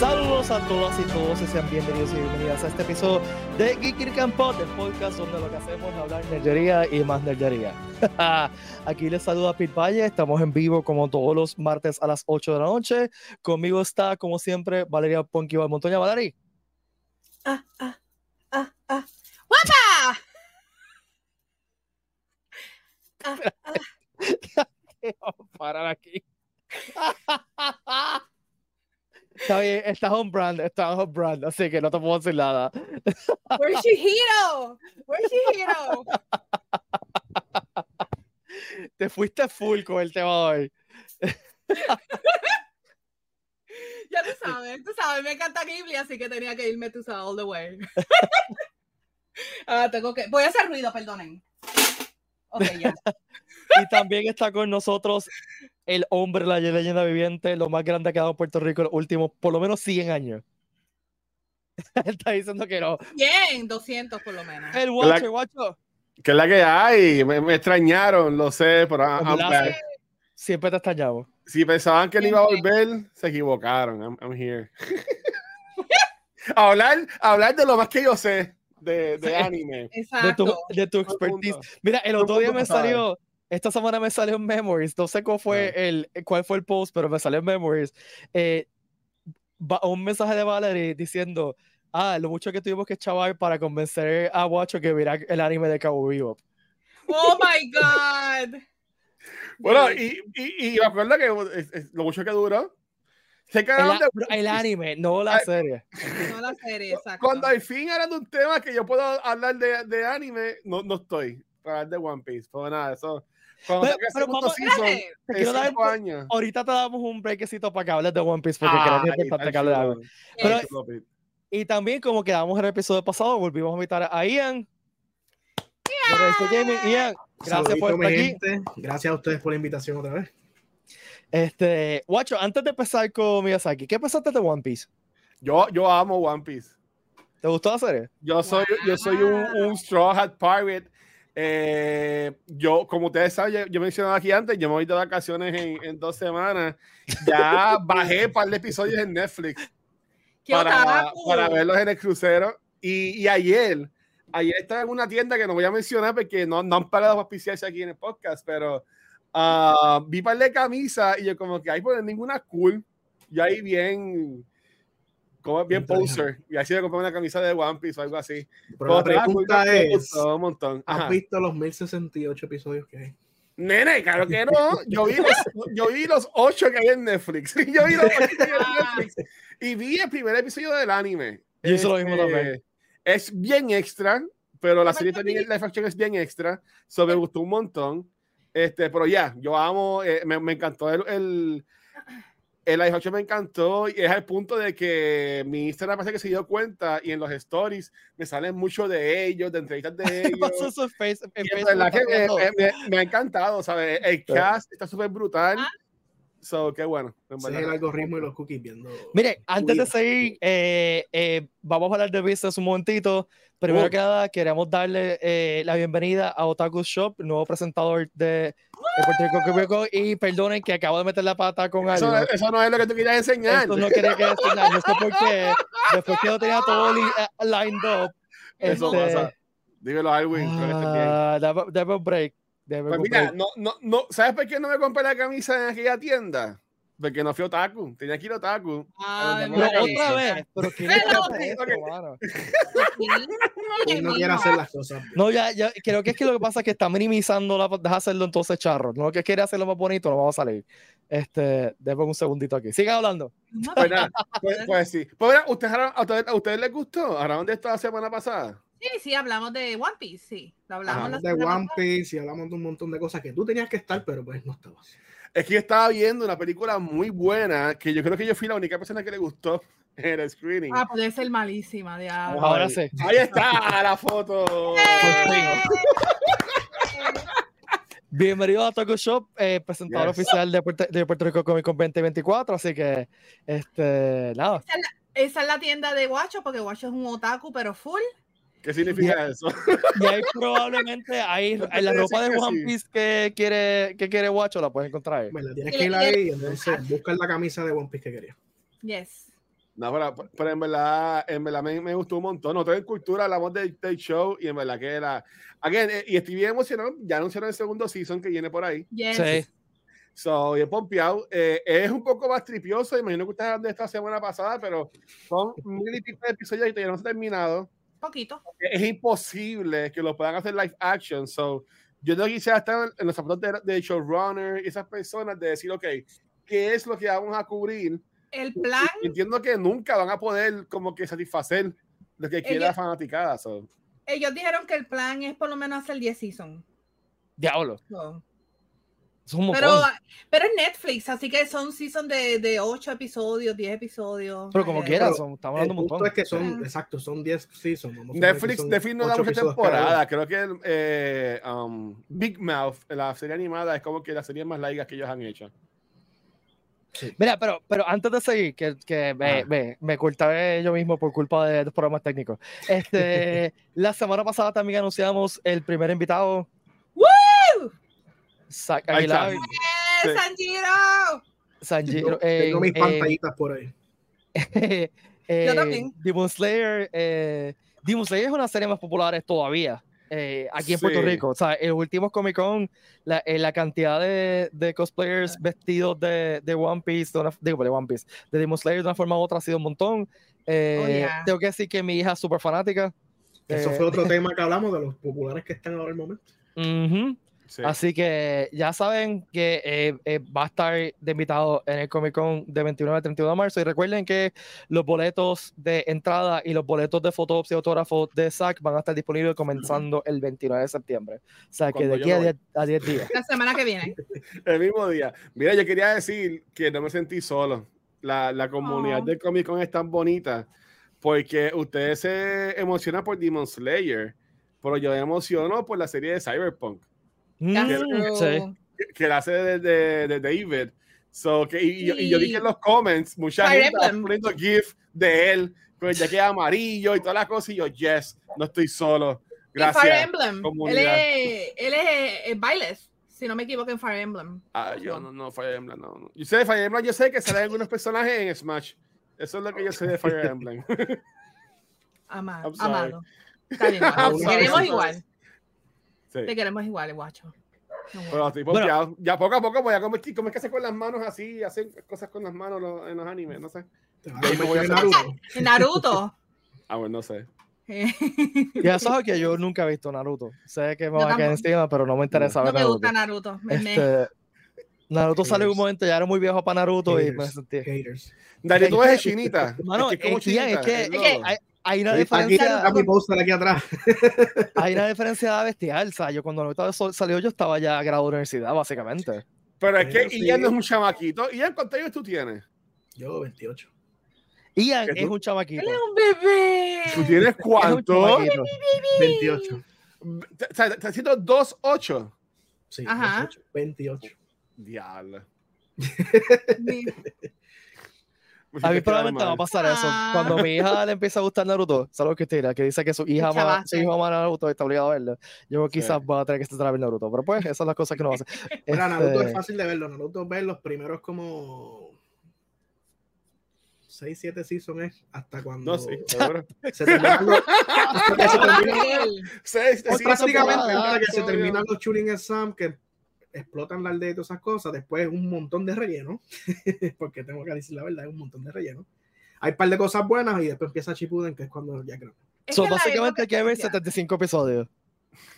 todas a todas y todos y sean bienvenidos y bienvenidas a este episodio de Geek Campot, el podcast donde lo que hacemos es hablar nerdería y más nerdería. Aquí les saluda Pit Valle, estamos en vivo como todos los martes a las 8 de la noche. Conmigo está, como siempre, Valeria Ponky Montoña. Valeria. Ah, ah, ah, ah. ¡Guapa! Ah, ah. Vamos a parar aquí. Está bien, estás on brand, estás on brand, así que no te puedo decir nada. Where's Shihiro? Where's Shihiro? Te fuiste full con el tema hoy. Ya tú sabes, tú sabes, me encanta Ghibli, así que tenía que irme, tú sabes, all the way. ah, tengo que... Voy a hacer ruido, perdonen. Ok, ya. Y también está con nosotros el hombre, la leyenda viviente, lo más grande que ha dado Puerto Rico en los últimos, por lo menos 100 años. está diciendo que no. Bien, 200 por lo menos. El guacho, guacho. Que es la que hay, me, me extrañaron, lo sé, pero ah, Como la- ah, Siempre te extrañamos. si pensaban que él iba a volver, se equivocaron. I'm, I'm here. hablar, hablar de lo más que yo sé de, de De anime. tu, Exacto. de tu Todo el mundo. expertise. Mira, el Todo el otro día mundo me sabe. salió, esta semana me salió en Memories, no sé cuál fue, el, cuál fue el post, pero me salió en Memories. eh, va- un mensaje de Valerie diciendo, ah, lo mucho que tuvimos que chavar para convencer a Guacho que viera el anime de Cabo Vivo. Oh my God. Bueno, y, y, y me acuerdo que es- es lo mucho que duró. Se El, cagaron a- de- el anime, no la Ay, serie. No la serie, exacto. Cuando al fin era de un tema que yo puedo hablar de, de anime, no, no estoy. Para hablar de One Piece, pero nada, eso. Cuando Pero- saque el pero segundo vamos- season, Espérate. Te en quiero dar- cinco años. Ah, Ahorita te damos un breakcito para que hables de One Piece, porque creo que es Ay, importante tan que hables de chulo, algo. tan Pero- chulo, Pete. Y también, como quedamos en el episodio pasado, volvimos a invitar a Ian. de Resto Gaming. Ian, gracias por Saludito, estar mi aquí. gente. Gracias a ustedes por la invitación otra vez. Este, Guacho, antes de empezar con Miyazaki, ¿qué pensaste de One Piece? Yo, yo amo One Piece. ¿Te gustó la serie? Yo soy, yo soy un, un Straw Hat Pirate. Eh, yo, como ustedes saben, yo, yo mencionaba aquí antes, yo me voy de vacaciones en, en dos semanas. Ya bajé un par de episodios en Netflix Qué para, otaku. para verlos en el crucero. Y, y ayer, ayer estaba en una tienda que no voy a mencionar porque no, no han pagado para auspiciarse aquí en el podcast, pero ah, vi un par de camisas y yo como que ahí poner ninguna cool. Y ahí bien, como bien poser. Y así me compré una camisa de One Piece o algo así. Pero la Otra pregunta culpa que me es, gustó Un montón. Ajá. ¿has visto los 1068 episodios que hay? Nene, claro que no. Yo vi los, yo vi los ocho que hay en Netflix. Yo vi los ocho que hay en Netflix. Y vi el primer episodio del anime. Yo hice lo mismo también. Este, Es bien extra, pero la Pero serie también en live action es bien extra. So me gustó un montón. Este, pero ya, yo amo, eh, me, me encantó el, el, el live action me encantó y es al punto de que mi Instagram parece que se dio cuenta y en los stories me salen mucho de ellos, de entrevistas de ¿Qué pasó en ellos. su face- en Y en Facebook? verdad que eh, me, ¿Estás viendo? me- me- me ha encantado, ¿sabes? El Sí. cast está súper brutal. Ah. So, qué bueno. en Ese es verdad. el algoritmo y los cookies viendo. Mire, antes de Uy. seguir, eh, eh, vamos a hablar de business un momentito. Primero Uh. que nada, queremos darle eh, la bienvenida a Otaku Shop, nuevo presentador de, de Puerto Rico Comic Con. Y perdonen que acabo de meter la pata con algo. Eso, no- eso no es lo que tú querías enseñar. Esto no quería que decir nada, no sé por qué. Después que lo tenía todo li- eh, lined up. Eso este, pasa. Dímelo, Alwin. espero que estés bien. ah, dame, dame un break. dame Pues un mira, break. no, no, no, ¿sabes por qué no me compré la camisa en aquella tienda? Porque no fui otaku. Tenía que ir otaku. Ay, Pero Pero Bueno, otra María. vez, pero ¿quién Pero es que hace otra- esto, ok. mano? Él no quiere hacer las cosas. No, ya, ya, creo que es que lo que pasa es que está minimizando la deja hacerlo entonces charro. No que quiere hacerlo más bonito, no vamos a salir. Este, déjame un segundito aquí. Sigan hablando. Pues nada, pues, pues sí. Pues mira, ¿ustedes, ahora- a, ustedes, ¿a ustedes les gustó? ¿Hablaron de esto la semana pasada? Sí, sí, hablamos de One Piece, sí. Lo hablamos Ajá, la Hablamos de semana One Piece y hablamos de un montón de cosas que tú tenías que estar, pero pues no estabas. Es que yo estaba viendo una película muy buena que yo creo que yo fui la única persona que le gustó en el screening. Ah, puede ser malísima, diablo. Vamos a Ahora ver. sí. Ahí ah. está la foto. Eh, Bienvenidos a Taco Shop, eh, presentador Yes. oficial de Puerto, de Puerto Rico Comic Con 2024. Así que, este, nada. Esa es la tienda de Guacho, porque Guacho es un otaku, pero full. ¿Qué significa eso? Y ahí probablemente ahí, No te en la puedo ropa decir de que One sí. Piece que quiere, que quiere Guacho la puedes encontrar ahí. ¿Verdad? Tienes Y le que ir ahí y entonces buscar la camisa de One Piece que querías. Yes. No, pero, pero en verdad, en verdad me, me gustó un montón. Nosotros en cultura hablamos del, del show y en verdad que era. Again, eh, y estoy bien emocionado. Ya anunciaron el segundo season que viene por ahí. Yes. Sí. So, bien pompeado. Eh, es un poco más tripioso. Imagino que ustedes hablan de esta semana pasada, pero son mil y pico de episodios y todavía no se han terminado. Poquito. Es imposible que lo puedan hacer live action. So, yo no quisiera estar en los zapatos de, de showrunner y esas personas de decir, ok, ¿qué es lo que vamos a cubrir? El plan, Y Entiendo que nunca van a poder como que satisfacer lo que quiere Ellos- la fanaticada. so. ellos dijeron que el plan es por lo menos hacer 10 seasons. Diablo. So, Es un montón. Pero, Pero, pero es Netflix, así que son season de, de 8 episodios, 10 episodios. como Eh, quieras, pero estamos El hablando un punto montón. es que son, Ah. exacto, son 10 seasons. vamos a suponer que Netflix, son Netflix no da ocho mucha episodios cada temporada. Creo que eh, um, Big Mouth, la serie animada, es como que la serie más larga que ellos han hecho. Mira, pero, pero antes de seguir, que, que me, Ajá. me, me cortaré yo mismo por culpa de los problemas técnicos. Este, la semana pasada también anunciamos el primer invitado. ¡Woo! Zac Ahí está. Aguilar, ¡Eh, Sí. Sanjiro! Sanjiro, Yo Tengo eh, mis eh, pantallitas por ahí. eh, eh, también. Demon Slayer, eh, Demon Slayer es una serie más popular todavía eh, aquí en Puerto Sí. Rico. O sea, en los últimos Comic Con, la, eh, la cantidad de, de cosplayers Ah. vestidos de, de One Piece, de una- digo, de One Piece, de Demon Slayer de una forma u otra ha sido un montón. Eh, Oh, yeah. Tengo que decir que mi hija es súper fanática. Eso eh, fue otro tema que hablamos de los populares que están ahora en el momento. ujú. Sí. Así que ya saben que eh, eh, va a estar de invitado en el Comic Con de 29 al 31 de marzo. Y recuerden que los boletos de entrada y los boletos de fotos y autógrafos de Zack van a estar disponibles comenzando el 29 de septiembre. O sea, que Cuando de yo aquí a no 10, a 10 días. La semana que viene. El mismo día. Mira, yo quería decir que no me sentí solo. La, la comunidad Aw. del Comic Con es tan bonita porque ustedes se emocionan por Demon Slayer, pero yo me emociono por la serie de Cyberpunk. Mm, sí. que la hace de, de- de David. So, que, y, y yo- y yo Sí. dije en los comments, mucha Fire gente estaba Emblem. poniendo GIF de él con el jaque amarillo y todas las cosas. Y yo, yes, no estoy Y solo. Fire Gracias. Emblem. Él comunidad. es, él es eh, eh, Bailes, si no me equivoco, en Fire Emblem. Ah, yo no, no, Fire Emblem, no, no. Yo sé de Fire Emblem, yo sé que salen algunos personajes en Smash. Eso es lo que yo sé de Fire Emblem. Ama- I'm sorry. amado. Está bien, I'm guacho. te sorry, queremos I'm igual. Sí. Te queremos igual, guacho. No, Pero estoy Bueno. pompeado. ya poco a poco voy a convertir. ¿Cómo es que hacen con las manos así? Hacen cosas con las manos los- en los animes, no sé. Te vas a Yo voy a convertir en hacer- Naruto. bueno. Naruto. Ah, bueno, no sé. Eh, Y eso es que yo nunca he visto Naruto. Sé que me Yo va a caer tampoco. encima, pero no me interesa no ver me Naruto. gusta Naruto. Me- me- Este, Naruto salió en un Haters. momento, ya era muy viejo para Naruto y me Haters. sentí. Haters. Darío, tú eres chinita. Mano, es que es como es que- es chinita, que- es es que- lodo. Hay, hay una Aquí diferencia. está mi póster aquí atrás. Hay una diferencia bestial, o sea, yo cuando Naruto sol- salió yo estaba ya graduado de universidad, básicamente. Pero es Pero que Ian sí. no es un chamaquito. Ian, ¿cuántos años tú tienes? Yo, 28. Ian ¿Que es tú? un chamaquito. Él es un bebé. ¿Tú tienes es un cuánto? chamaquito. 28. Te- o sea, ¿Te haciendo dos ocho? Sí, Ajá. 28. 28. Diablo. Mi- Me A hiciste mí quedar probablemente va a mal. pastar eso. Ah. Cuando mi hija le empieza a gustar Naruto, saludos Cristina, que dice que su hija ama, su chavaste. hijo ama Naruto y está obligado a verlo. Yo Sí. quizás voy a tener que estar a ver Naruto, pero pues esas son las cosas que no hacen. Mira, Naruto es Este, fácil de verlo. Naruto ver los primeros como 6, 7 seasons es hasta cuando No, sí, seguro. se terminan los, hasta que se terminan- Él. Seis, es sí, prácticamente temporada, hasta que se obvio. terminan los Churin Exam que explotan la aldea y todas esas cosas. Después un montón de relleno, porque tengo que decir la verdad, es un montón de relleno. Hay un par de cosas buenas y después empieza Chipuden, que es cuando ya creo. Es so, que la básicamente época- hay que ver ya, 75 episodios.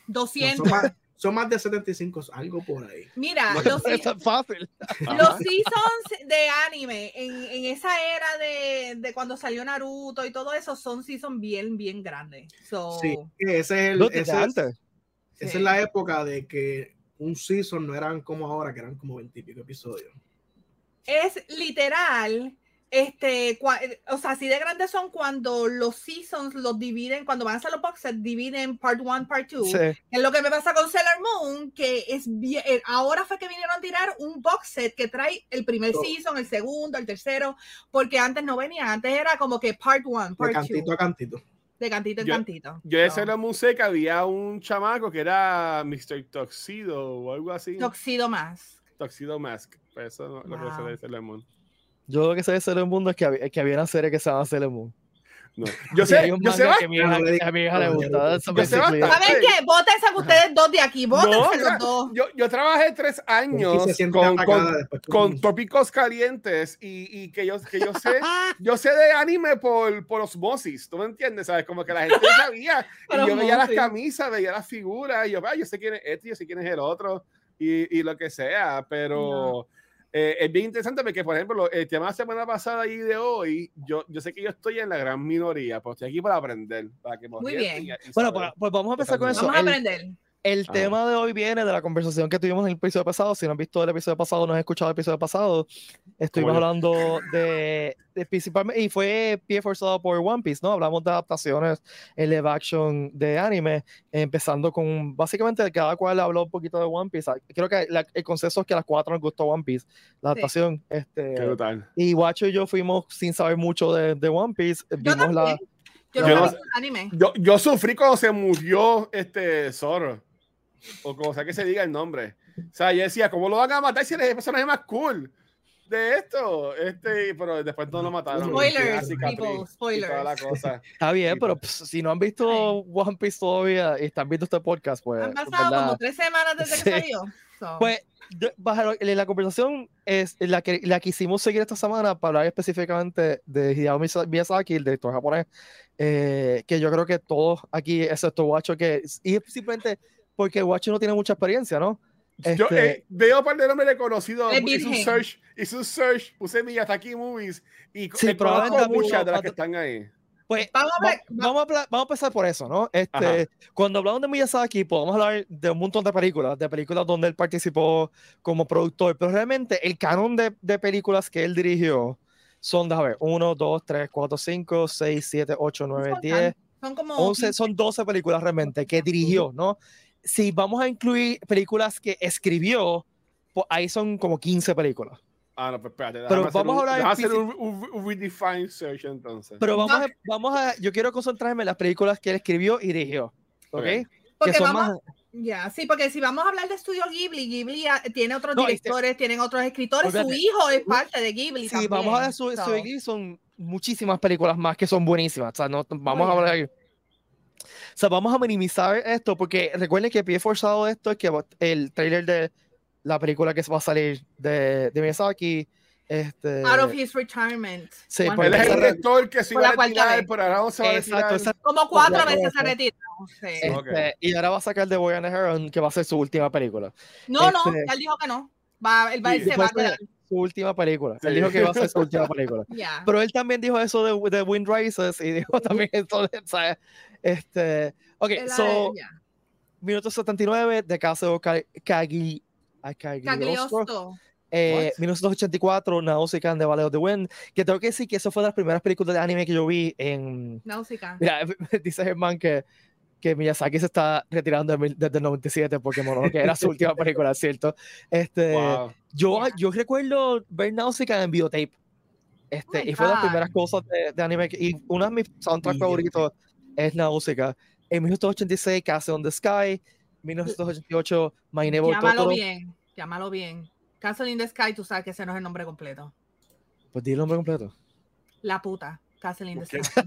No, 200. son, más, son más de 75, algo por ahí. Mira, No, los, Es tan fácil. Ajá. los seasons de anime en, en esa era de, de cuando salió Naruto y todo eso son seasons bien, bien grandes. So, Sí, Oh. que ese es el, No, ese desde es- antes. sí. Esa es la época de que un season no eran como ahora, que eran como veintipico episodios. es literal. Este, cua- eh, o sea, así de grandes son cuando los seasons los dividen, cuando van a hacer los box sets, dividen part 1, part 2. Sí. Es lo que me pasa con Sailor Moon, que es bien, eh, ahora fue que vinieron a tirar un box set que trae el primer Todo. season, el segundo, el tercero, porque antes no venía, antes era como que part 1, De part 2, cantito a cantito. de cantito en Yo- cantito. Yo de So, Sailor Moon sé que había un chamaco que era Mr. Tuxedo o algo así. Tuxedo más. Tuxedo Mask. Pues eso es lo que Wow. sé de Sailor Moon. Yo lo que sé de Sailor Moon es que, hab- es que había una serie que se llama Sailor Moon. No. Yo Y sé, hay un yo sé, manga va- que mi hija, que a mi hija le gusta. That's Yo sé basically it. bastante. ¿Saben qué? Vótense ustedes dos de aquí, No, vótense o sea, los dos. yo, yo trabajé tres años se siente con, atacada con, después que con uno- tópicos calientes y, y que, yo, que yo sé Ah, yo sé de anime por, por osmosis, ¿tú me entiendes? ¿Sabes? Como que la gente sabía. y Por yo veía las osmosis. camisas, veía las figuras, y yo, "Ah, yo sé quién es este, yo sé quién es el otro, y, y lo que sea, pero eh, es bien interesante porque, por ejemplo, lo- el tema de la semana pasada y de hoy, yo, yo sé que yo estoy en la gran minoría, pues estoy aquí para aprender, para que me Muy orienten bien. y- y Bueno, saber. pues, pues vamos a empezar con eso. Vamos a El- aprender. El Ah. tema de hoy viene de la conversación que tuvimos en el episodio pasado. Si no han visto el episodio pasado, no han escuchado el episodio pasado. Estuvimos yo. hablando de, de principalmente, y fue pie forzado por One Piece, ¿no? Hablamos de adaptaciones en live action de anime, empezando con básicamente cada cual habló un poquito de One Piece. Ah, Creo que la- el consenso es que a las cuatro nos gustó One Piece, la Sí. adaptación. Este, Qué brutal. y Guacho y yo fuimos sin saber mucho de, de One Piece. Yo Vimos también. la. Yo Yo nunca no- he visto un anime. Yo, yo sufrí cuando se murió este Zorro, o como sea que se diga el nombre. O sea, yo decía, ¿cómo lo van a matar si él es el personaje más cool de esto? Este, pero después no lo mataron. Spoilers, Sí, la cicatriz people, y toda la spoilers. cosa. Está bien, Sí, pero pues, si no han visto One Piece todavía y están viendo este podcast, pues. Han pasado ¿verdad? como tres semanas desde Sí. que salió. So, Pues, de- bajo- la la conversación es la que, la que hicimos seguir esta semana para hablar específicamente de Hayao Misa- Miyazaki, el director japonés, eh, que yo creo que todos aquí, excepto Guacho, que es- y es simplemente porque Guacho no tiene mucha experiencia, ¿no? Yo Este- eh, veo un par de nombres reconocidos. Es Hice un virgen. search, hice un search, puse Miyazaki Movies Sí, y eh, conozco probablemente muchas alguno- de las que están ahí. Pues, vamos, a va- ver- va- vamos, a, hablar- vamos a empezar por eso, ¿no? Ajá. Este, cuando hablamos de Miyazaki, podemos hablar de un montón de películas, de películas donde él participó como productor, pero realmente el canon de, de películas que él dirigió son, déjame ver, 1, 2, 3, 4, 5, 6, 7, 8, 9, son 10, son como 11, son 12 películas realmente que dirigió, ¿no? Si vamos a incluir películas que escribió, pues ahí son como 15 películas. Ah, no, pues espérate. Pero déjame hacer vamos a un- hablar déjame hacer un, un- un redefined search entonces. Pero vamos a, Ok. vamos a, yo quiero concentrarme en las películas que él escribió y dirigió, ¿ok? Ok. Que porque son vamos, más, Ya, sí, porque si vamos a hablar de estudio Ghibli, Ghibli ah, tiene otros No, y te- directores, tienen otros escritores, su Olvídate. hijo es parte de Ghibli. Sí, vamos a hablar de su, subir su Ghibli, son muchísimas películas más que son buenísimas. O sea, no, vamos a bien. hablar. O sea, vamos a minimizar esto porque recuerden que pie forzado de esto es que va- el trailer de la película que se va a salir de, de Miyazaki. Este, Out of his retirement. Sí, One por Él es Piece. el rector que se Por iba a la cuarta retirar, vez. pero ahora no se va a retirar. exacto, exacto. Como cuatro la veces se cosa. retira. no sé. Sí. Este, Y ahora va a sacar The Boy and the Heron, que va a ser su última película. No, no, Este- ya él dijo que no. Va, él va, Sí. él se va a Después de- quedar. Su última película. Él Sí. dijo que va a ser su última película. Ya. Pero él también dijo eso de, de Wind Rises y dijo también eso de, ¿sabes? Este, ok, Él, so, ya. minuto 79 de Caseo Cagli, ay, Cagliostro. Cagliostro. Eh, What? 1984, Nausicaa de Valley of the Wind. Que tengo que decir que eso fue de las primeras películas de anime que yo vi en. Náusica. Mira, dice Germán que, que Miyazaki se está retirando de mil- desde el 97 porque Mononoke era su última película, ¿cierto? Este, Wow. yo, Yeah. yo recuerdo ver Nausicaa en videotape. Este, Oh my y fue de las God. primeras cosas de, de anime. que- Y uno de mis soundtracks Videotape. favoritos es Nausicaa. En 1986, Castle on the Sky. 1988, My Neighbor Llámalo Totoro. bien, llámalo bien. Castle in the Sky, tú sabes que ese no es el nombre completo. Pues di el nombre completo. La puta. Castle in the Ok. Sky.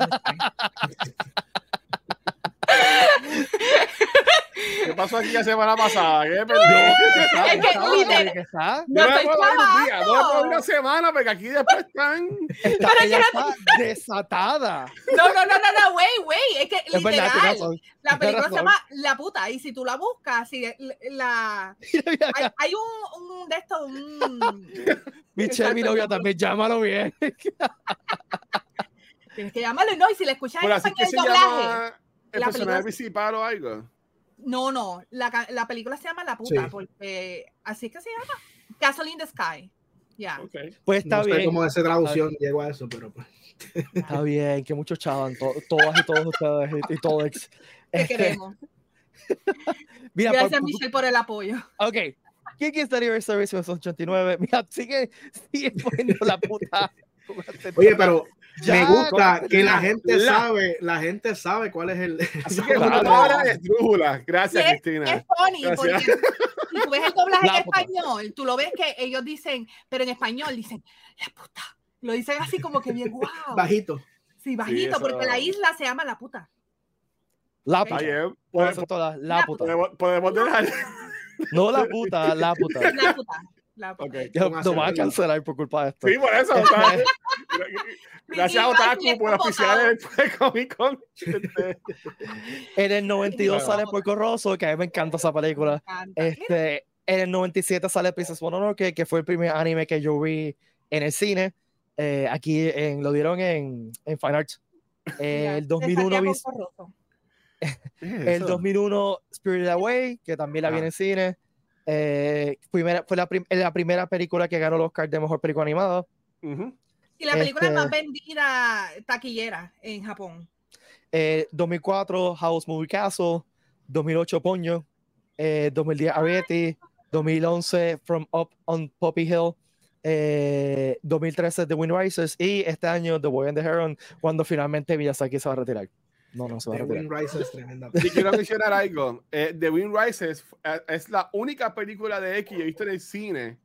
¿Qué pasó aquí la semana pasada? ¿Qué perdí? Es que literal- que está. No No me estoy puedo dar un día, no me puedo dar trabajando. una semana, porque aquí después están. Está, ella está desatada. No, no, no, no, no, wey, wey. Es que Es verdad, tienes literal. razón. La película se razón. llama La puta. Y si tú la buscas, si la- la, hay, hay un, un de estos, un. Michelle, mi Exacto, novia, yo- también llámalo bien. Tienes que llamarlo, no. Y si la escuchas en Pero así que español, se doblaje. llama el La personaje película- principal o algo. No, no. La, ca- la película se llama La puta. Sí. Porque así es que se llama. Castle in the Sky. Ya. Ok. Pues está no sé bien. cómo esa traducción llegó a eso, pero pues. Está bien, que muchos chavan, to- todas y todos ustedes y, y todos. Te Este, queremos. mira, por- Gracias, por- Michelle, por el apoyo. Ok. Kick is Delivery Service 89. Mira, sigue, sigue poniendo la puta. Oye, pero me Ya, gusta con- que la gente la- sabe, la gente sabe cuál es el. Así que es Claro. una palabra de esdrújula. Gracias, Sí, Es Cristina. funny Gracias. porque si tú ves el doblaje La en puta. español, tú lo ves que ellos dicen, pero en español dicen, la puta. Lo dicen así como que bien, wow. Bajito. Sí, bajito, eso- porque la isla se llama La Puta. La Está puta. bien. Por Podemos, eso todas, la puta. podemos- podemos dejar. No la puta, la puta. La Puta. La puta. Ok. Ya, Con Nos van a acento. cancelar por culpa de esto. Sí, por eso. o sea, Gracias a Ricky Otaku Martin por es oficiar votado. el el Comic Con. Este, En el 92 Sí, sale claro. Puerco Rosso, que a mí me encanta esa Me película. encanta. Mira, Este, en el 97 sale Princess Mononoke, que fue el primer anime que yo vi en el cine. Eh, aquí en- lo dieron en, en Fine Arts. mira, El te 2001 saqué a vi- Coco Rosso. ¿qué es el eso? 2001 Spirited Away, que también la vi en Ajá. el cine. Eh, primera, fue la, prim- la primera película que ganó el Oscar de Mejor Película Animada. Ujú. Y la película Este- más vendida taquillera en Japón. Eh, 2004 House Movie Castle, 2008 Poño, eh, 2010 Arietti, 2011 From Up on Poppy Hill, eh, 2013 The Wind Rises y este año The Boy and the Heron cuando finalmente Miyazaki se va a retirar. No, no se va a The retirar. Wind Rises, tremenda. Yo quiero mencionar algo. Eh, The Wind Rises eh, es la única película de X que yo he visto en el cine.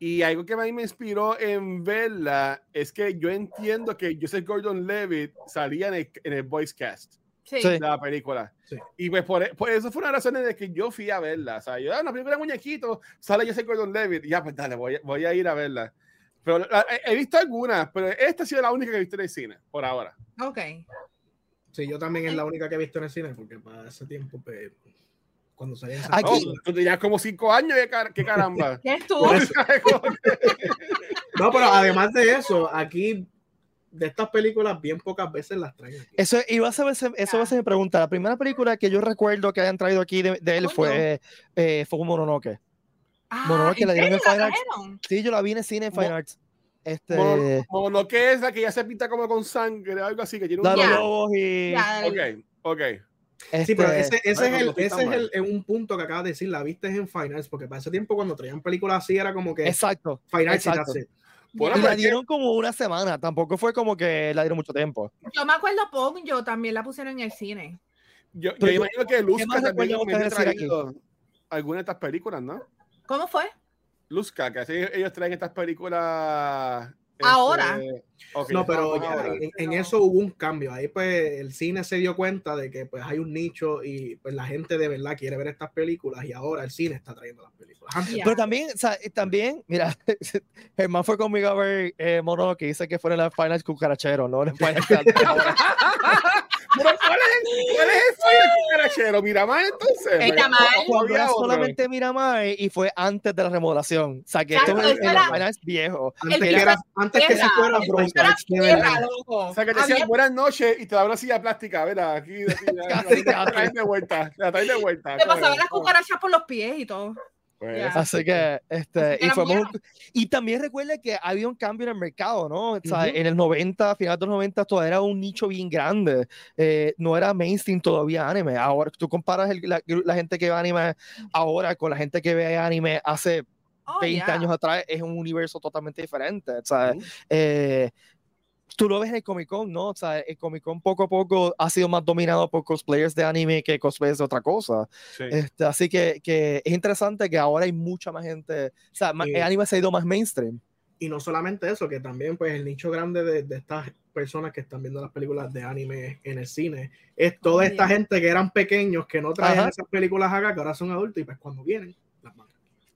Y algo que a mí me inspiró en verla es que yo entiendo que Joseph Gordon Levitt salía en el, en el voice cast Sí. Sí. de la película. Sí. Y pues por, e- por eso fue una razón de que yo fui a verla. O sea, yo, ah, una película de muñequitos, sale Joseph Gordon Levitt. Ya, pues dale, voy, a- voy a ir a verla. Pero la- he, he visto algunas, pero esta ha sido la única que he visto en el cine por ahora. Ok. Sí, yo también es la única que he visto en el cine, porque para ese tiempo, pues, cuando salía esa Aquí- Oh, tú tenías como cinco años, qué, car- qué caramba. ¿Qué es tú? No, pero además de eso, aquí de estas películas bien pocas veces las traen. aquí. Eso iba a ser, eso va a ser mi pregunta. La primera película que yo recuerdo que hayan traído aquí de, de él Coño. fue, eh, fue Mononoke. Ah, Bueno, no, que ¿en la dieron en serio la Fine Arts. trajeron? Sí, yo la vi en el cine en Fine Mo- Arts. Este, Mono, mono que es la que ya se pinta como con sangre, algo así, que tiene la un... de los Ya. lobos y... Ya, el- Ok, ok. Sí, pero este, ese, ese Ay, es, no, el, no estoy ese tan es el- es un punto que acabas de decir, la viste en Finals, porque para ese tiempo cuando traían películas así era como que Exacto. Finals y exacto. that's it. Bueno, Y pero la pues, es que- dieron como una semana, tampoco fue como que la dieron mucho tiempo. Yo me acuerdo Pong, yo también la pusieron en el cine. yo, yo Pero yo- imagino que Luzca más también recuerdo hubiese ustedes decir traído alguna de estas películas, ¿no? ¿Cómo fue? Luzca, que así ellos traen estas películas... Ahora. este, ok, No, pero ahora, ya, ahora. en, en eso hubo un cambio. Ahí pues el cine se dio cuenta de que pues hay un nicho y pues la gente de verdad quiere ver estas películas y ahora el cine está trayendo las películas. Antes Ya. Pero también, o sea, eh, también, mira, Germán fue conmigo a ver eh, Mono que dice que fue en la Final Cucarachero, no en el Final Cut. Ahora, Ah, Pero, ¿Cuál es, cuál es eso y el cucarachero? Mira más entonces. El Miramar. Cuando era Había otro. solamente Miramar y fue antes de la remodelación. O sea, que esto Exacto, es eso en era- la Final viejo. El antes que, era, antes que se Era- fuera eso Bronx, era de verdad. tierra, loco. O sea, que te Había- decían buenas noches y te daban una silla plástica, ¿verdad? Aquí, así, ya, Casi, la casi. traes de vuelta, la traes de vuelta. te coño. pasaban las cucarachas por los pies y todo. Pues, Ya. Así que, este, Así que y, era fuimos bueno. un- y también recuerda que había un cambio en el mercado, ¿no? O sea, Ujú. en el 90, final de los 90, todavía era un nicho bien grande. Eh, no era mainstream todavía anime. Ahora, tú comparas el- la, la gente que ve anime ahora con la gente que ve anime hace Oh, 20 ya. años atrás, es un universo totalmente diferente, o sea, Ujú. eh, Tú lo ves en el Comic Con, ¿no? O sea, el Comic Con poco a poco ha sido más dominado por cosplayers de anime que cosplayers de otra cosa. sí. Este, así que, que es interesante que ahora hay mucha más gente. O sea, ma- Sí. el anime se ha ido más mainstream. Y no solamente eso, que también pues el nicho grande de, de estas personas que están viendo las películas de anime en el cine es toda esta Bien. gente que eran pequeños, que no traían Ajá. esas películas acá, que ahora son adultos y pues cuando vienen las van.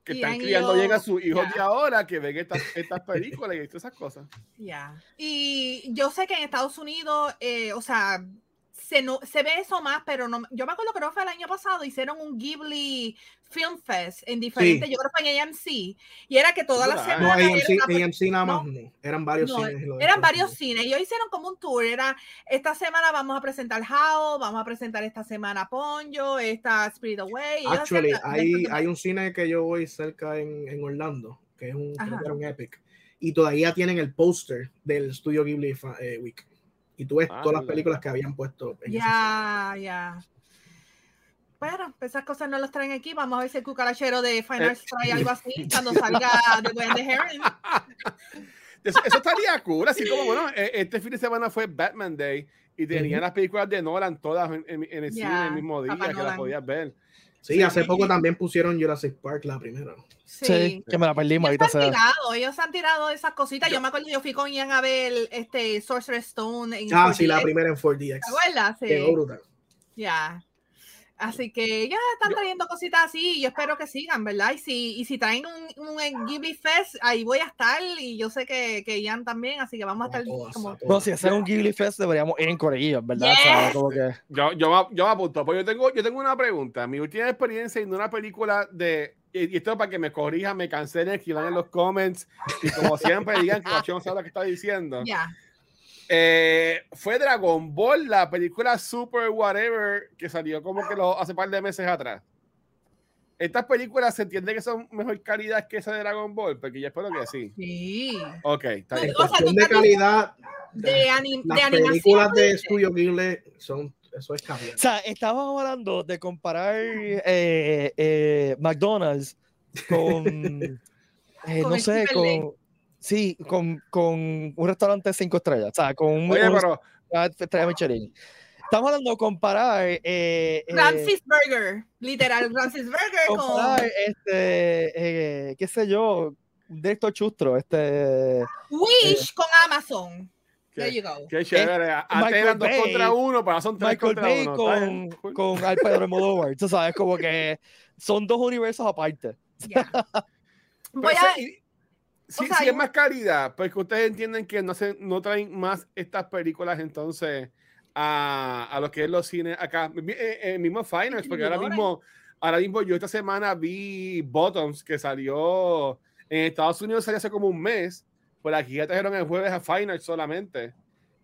que Y están han criando ido- bien a sus hijos de ya. ahora que ven estas, estas películas y todas esas cosas. Ya. Y yo sé que en Estados Unidos, eh, o sea, se, no, se ve eso más, pero no, yo me acuerdo que no fue el año pasado, hicieron un Ghibli Film Fest en diferentes, yo creo que fue en AMC, y era que todas las Dura, ¿eh? Ah, No, semanas era AMC, una pe- AMC nada más no. no. Eran varios No, cines. lo de eran Estados varios Unidos. cines, ellos hicieron como un tour, era esta semana vamos a presentar How, vamos a presentar esta semana Ponyo, esta Spirit Away. ellos hacían Actually, la- la- hay, hay un cine que yo voy cerca en, en Orlando, que es un, creo Ajá. que era un Epic, y todavía tienen el póster del estudio Ghibli fa- eh, Week. Y tú ves Ah, todas las mira. películas que habían puesto en ese Ya, ya. Bueno, pues esas cosas no las traen aquí. Vamos a ver si el cucarachero de Final trae algo así cuando salga de Gwen de Heron. Eso, eso estaría cool, así como, bueno, eh, este fin de semana fue Batman Day y tenían Ujú. las películas de Nolan todas en, en- en el Ya, cine el mismo día, Papá que las Nolan. podías ver. Sí, Sí. hace poco también pusieron Jurassic Park la primera. Sí, que me la perdimos ahorita. Ellos se han se- tirado, ellos se han tirado de esas cositas. Yo, me acuerdo, yo fui con Ian a ver este Sorcerer's Stone. En Ah, sí, la 4DX. primera en 4DX. ¿Te acuerdas? Sí. Quedó brutal. Ya. Así que ya están trayendo cositas así y yo espero que sigan, ¿verdad? Y si, y si traen un, un Ghibli Fest, ahí voy a estar y yo sé que, que Ian también, así que vamos a estar Todas, como... todas. No, si hacer un Ghibli Fest deberíamos ir en Corillo, ¿verdad? Yes. ¿Sabes? Como que- Yo, yo, me- yo me apunto, pues yo tengo, yo tengo una pregunta. Mi última experiencia en una película de. Y y esto para que me corrijan, me cancelen, escriban en los comments. Y como siempre, digan que Guachón no sabe lo que está diciendo. Ya. Eh, fue Dragon Ball, la película Super Whatever, que salió como que lo, hace par de meses atrás. Estas películas se entiende que son mejor calidad que esa de Dragon Ball, porque yo espero que sí. Sí. Ok, está bien. En O sea, cuestión tú de estás calidad, De, anim- de las animación. películas de dices. Studio Ghibli son, eso es cambiar. O sea, estábamos hablando de comparar eh, eh, McDonald's con, eh, Con no el sé, Chick-fil-A. con, sí, con, con un restaurante cinco estrellas, o sea, con un, Oye, un pero restaurante estrella Michelin. Estamos hablando de comparar, eh, eh, Oh, Ramsey's Burger, literal, Ramsey's Burger con... comparar, este, eh, qué sé yo, de estos chustros, este, Ah, Wish con Amazon. There qué, you go. qué chévere. Antes Michael eran dos Bay- contra uno, pero ahora son tres Michael contra Bay uno. Está bien, con, cool. con Al Pedro Almodóvar, tú sabes, como que son dos universos aparte. Ya. Pero Voy a... sí, y- sí, sea, sí hay es un- más calidad, pues que ustedes entienden que no, se, no traen más estas películas entonces a, a lo que es los cines acá. Mi- eh, eh, mismo Finals, porque ahora mismo, ahora mismo yo esta semana vi Bottoms que salió en Estados Unidos salió hace como un mes, pues por aquí ya trajeron el jueves a Finals solamente.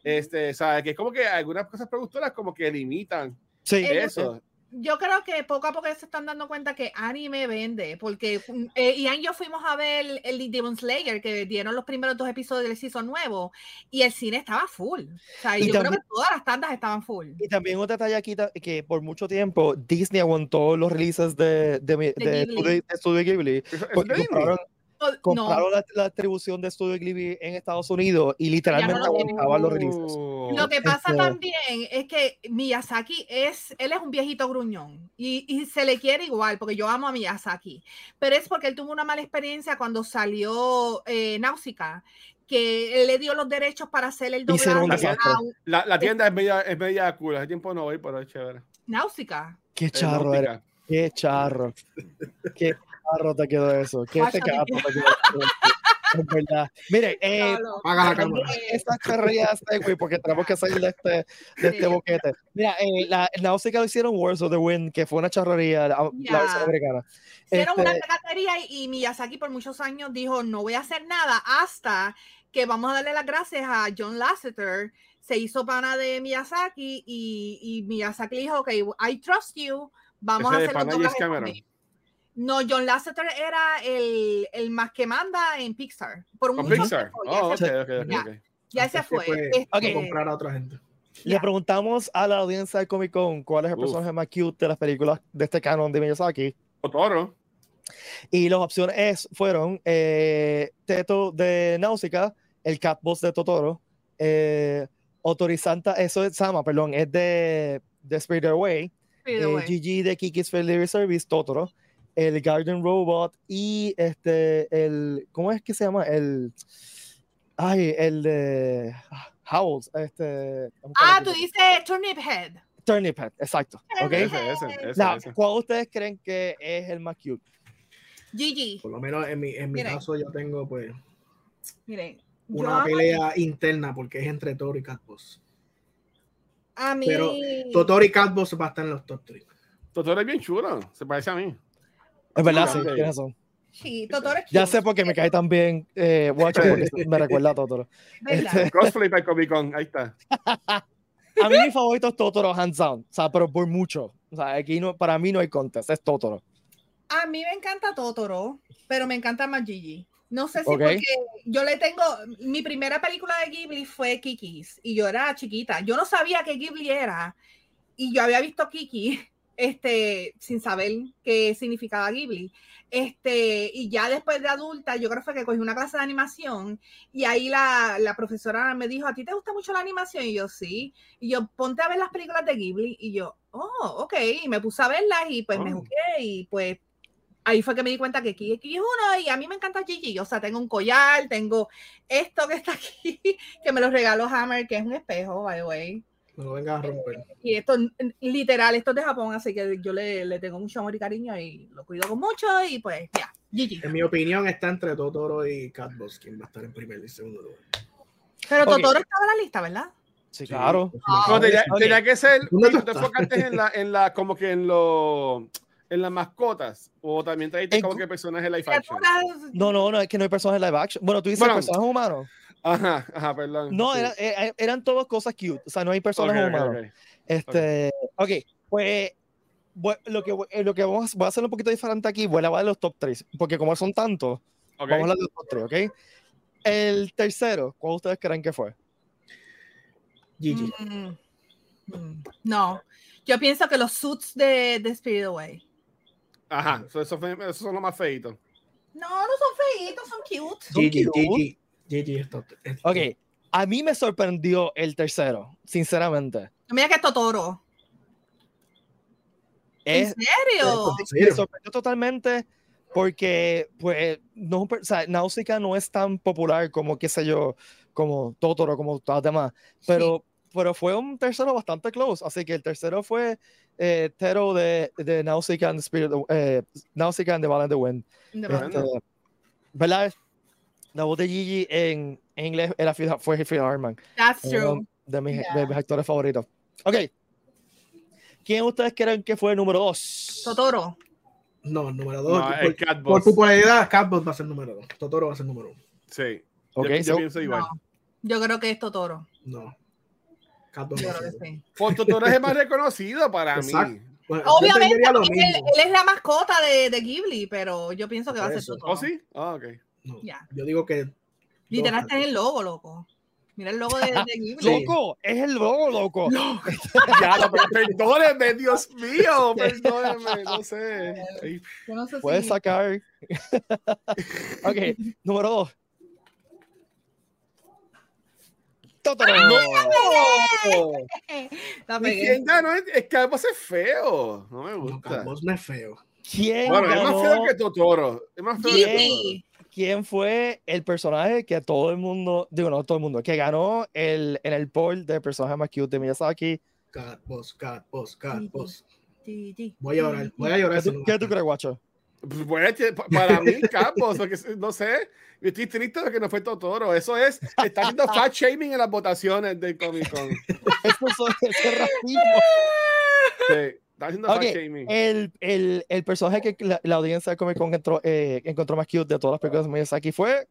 Este, o sea, que es como que algunas cosas productoras como que limitan Sí, Ellos- eso. Yo creo que poco a poco se están dando cuenta que anime vende, porque mm, eh, Ian y yo fuimos a ver el de Demon Slayer, que dieron los primeros dos episodios del season nuevo, y el cine estaba full. O sea, Y yo creo también- que todas las tandas estaban full. Y también un detalle aquí ta- que por mucho tiempo Disney aguantó los releases de, de, mi- De de Ghibli. Studio- de Studio Ghibli. Eso- Pues eso Porque es lindo. compraron, O- No, compraron la, la distribución de Studio Ghibli en Estados Unidos y literalmente no lo tienen. aguantaban los releases. Uh, Oh, lo que pasa este- también es que Miyazaki es, él es un viejito gruñón, y, y se le quiere igual, porque yo amo a Miyazaki, pero es porque él tuvo una mala experiencia cuando salió eh, Náusica, que él le dio los derechos para hacer el Hicieron un doblaje desastre. a un- La, la tienda es media, es media cool. Hace tiempo no voy, pero es chévere. Náusica. Qué Es charro náutica. era, qué charro. Qué charro te quedó eso, qué este Guacha, te te quedó eso. Es verdad. Mire, eh, Apaga la Hablando cámara. de Estas carreras, eh, güey, porque tenemos que salir de este, de este Sí. boquete. Mira, eh, la, la música lo hicieron Wars of the Wind, que fue una charrería, la, la versión Ya. americana. Hicieron una Este- piratería y, y Miyazaki por muchos años dijo, no voy a hacer nada hasta que vamos a darle las gracias a John Lasseter. Se hizo pana de Miyazaki y, y Miyazaki le dijo, ok, I trust you, vamos Ese a de hacer los pana James doblajes Cameron. conmigo". No, John Lasseter era el, el más que manda en Pixar. Por Con mucho Pixar. tiempo, ya Oh, ok, se, ok, ok, Ya. ok. ya se Antes que fue. fue- Ok. Este, Comprar a otra gente. Le Ya. preguntamos a la audiencia de Comic Con cuál es el Uf. personaje más cute de las películas de este canon de Miyazaki. Totoro. Y las opciones es- fueron eh, Teto de Náusica, el Catboss de Totoro, eh, Autorizanta, eso es Sama, perdón, es de, de Spirit Away. by the eh, way. GG de Kiki's Fair Delivery Service, Totoro, el Garden Robot y este, el, ¿cómo es que se llama? El, ay, el de ah, Howls, este. vamos a Ah, buscar tú aquí. dices Turnip Head. Turnip Head, exacto. ¿ok? Turnip Ese, ese, ese, Now, ese. ¿Cuál ustedes creen que es el más cute? Gigi, Por lo menos en mi, en mi Mira. caso yo tengo pues miren. yo una amo- pelea interna porque es entre Toro y Catboss. A mí. Pero Totoro y Catboss va a estar en los top 3. Totoro es bien chulo. Se parece a mí. Es verdad, Ah, sí, ok. tienes razón. Sí, Totoro es Ya cute, sé por qué me cae tan bien eh, Watcher, porque me recuerda a Totoro. ¿verdad? Crossplay para Comic Con. Ahí está. A mí mi favorito es Totoro, hands down, o sea, pero por mucho. O sea, aquí no, para mí no hay contest, es Totoro. A mí me encanta Totoro, pero me encanta más Gigi. No sé si Ok. porque yo le tengo. Mi primera película de Ghibli fue Kiki's y yo era chiquita. Yo no sabía que Ghibli era y yo había visto Kiki este, sin saber qué significaba Ghibli. Este, y ya después de adulta, yo creo que fue que cogí una clase de animación y ahí la, la profesora me dijo, ¿a ti te gusta mucho la animación? Y yo, sí. Y yo, ponte a ver las películas de Ghibli. Y yo, oh, ok, y me puse a verlas y pues me Oh. jugué y pues ahí fue que me di cuenta que Kiki es uno y a mí me encanta Gigi, o sea, tengo un collar, tengo esto que está aquí, que me lo regaló Hammer, que es un espejo, by the way. No lo vengas a romper. Y esto, n- literal, esto es de Japón, así que yo le, le tengo mucho amor y cariño y lo cuido con mucho y pues ya, Gigi. En mi opinión, está entre Totoro y Catboss, quien va a estar en primer y segundo lugar. Pero Ok. Totoro estaba en la lista, ¿verdad? Sí, claro. Ah, No, tenía, Oye. tenía que ser. ¿Dónde Oye, tú tú te estás? enfocaste en la, en la, como que en lo, en las mascotas. O también trajiste En como cu- que personajes live action. Criaturas- No, no, no, es que no hay personajes live action. Bueno, tú dices Bueno. personajes humanos. Ajá, ajá, perdón. No, Sí. era- era- eran todas cosas cute. O sea, no hay Ok, personajes ok, humanos. ok. Este, ok, pues bu- lo que, eh, lo que vamos, voy a hacer un poquito diferente aquí, voy a hablar de los top 3, porque como son tantos, Ok. vamos a hablar de los top 3, ¿ok? El tercero, ¿cuál ustedes creen que fue? Gigi. Mm, mm, no, yo pienso que los suits de, de Spirit Away. Ajá, eso, eso fue- esos son los más feitos. No, no son feitos, son cute. Gigi, Donkey Kong. Gigi. Gigi es Totoro. es- Ok, a mí me sorprendió el tercero, sinceramente. Mira que es Totoro. Es, ¿En serio? ¿En me serio? sorprendió totalmente porque, pues, no, es un per- o sea, Náusica no es tan popular como, qué sé yo, como Totoro, como todas las demás, pero, pero fue un tercero bastante close, así que el tercero fue eh, Tero de, de Nausicaa and the Spirit, of- eh, Nausicaa and the Valley of the Wind. Sí, de verdad. Este, ¿Verdad? La voz de Gigi en, en inglés era Phil- fue Phil Hartman, eh, That's uno true. de mis, Yeah. de mis actores favoritos. Ok, ¿quién ustedes creen que fue el número dos? Totoro. No, el número dos. No, por- el por, Catboss. popularidad, Catboss va a ser número dos. Totoro va a ser número uno. Sí. Yo- Ok, yo, so- pienso igual. No, yo creo que es Totoro. No. Catboss Yo va a creo ser que sí. Por Totoro es el más reconocido para mí. Exacto. Bueno, yo Obviamente, entendería lo porque él, mismo. él es la mascota de, de Ghibli, pero yo pienso que va a ser Eso. Totoro. ¿Oh, sí? Ah, ok. No, Ya. Yo digo que. Literal, dos, está en el logo, loco. Mira el logo de, de Ghibli. Sí. Loco, es el lobo, loco. Ya, Ah, no, pero perdónenme, Dios mío, perdónenme, no sé. Ay, Yo no sé si- Puedes sacar. ok, número dos. Totoro. La Ni pegué. quien ganó, es es Catboss es feo. No me No, gusta. Catboss no es feo. ¿Quién, Bueno, es más feo ganó- que Totoro. Es más feo que Ghibli. ¿Quién fue el personaje que todo el mundo, digo, no todo el mundo, que ganó el, en el poll de personaje más cute de Miyazaki? Catboss, Catboss, Catboss. Gigi. Voy a llorar, voy a llorar. ¿Qué si tú, no- qué tú crees, guacho? Totoro. Bueno, que pa- para mí, Catboss, porque no sé. Yo estoy triste de que no fue Totoro. Eso es, está haciendo fat shaming en las votaciones de Comic Con. Eso es eso es racismo. Sí, está haciendo Ok, eh, fat shaming. El, el, el personaje que la, la audiencia de Comic Con entró- eh, encontró más cute de todas las películas de Miyazaki fue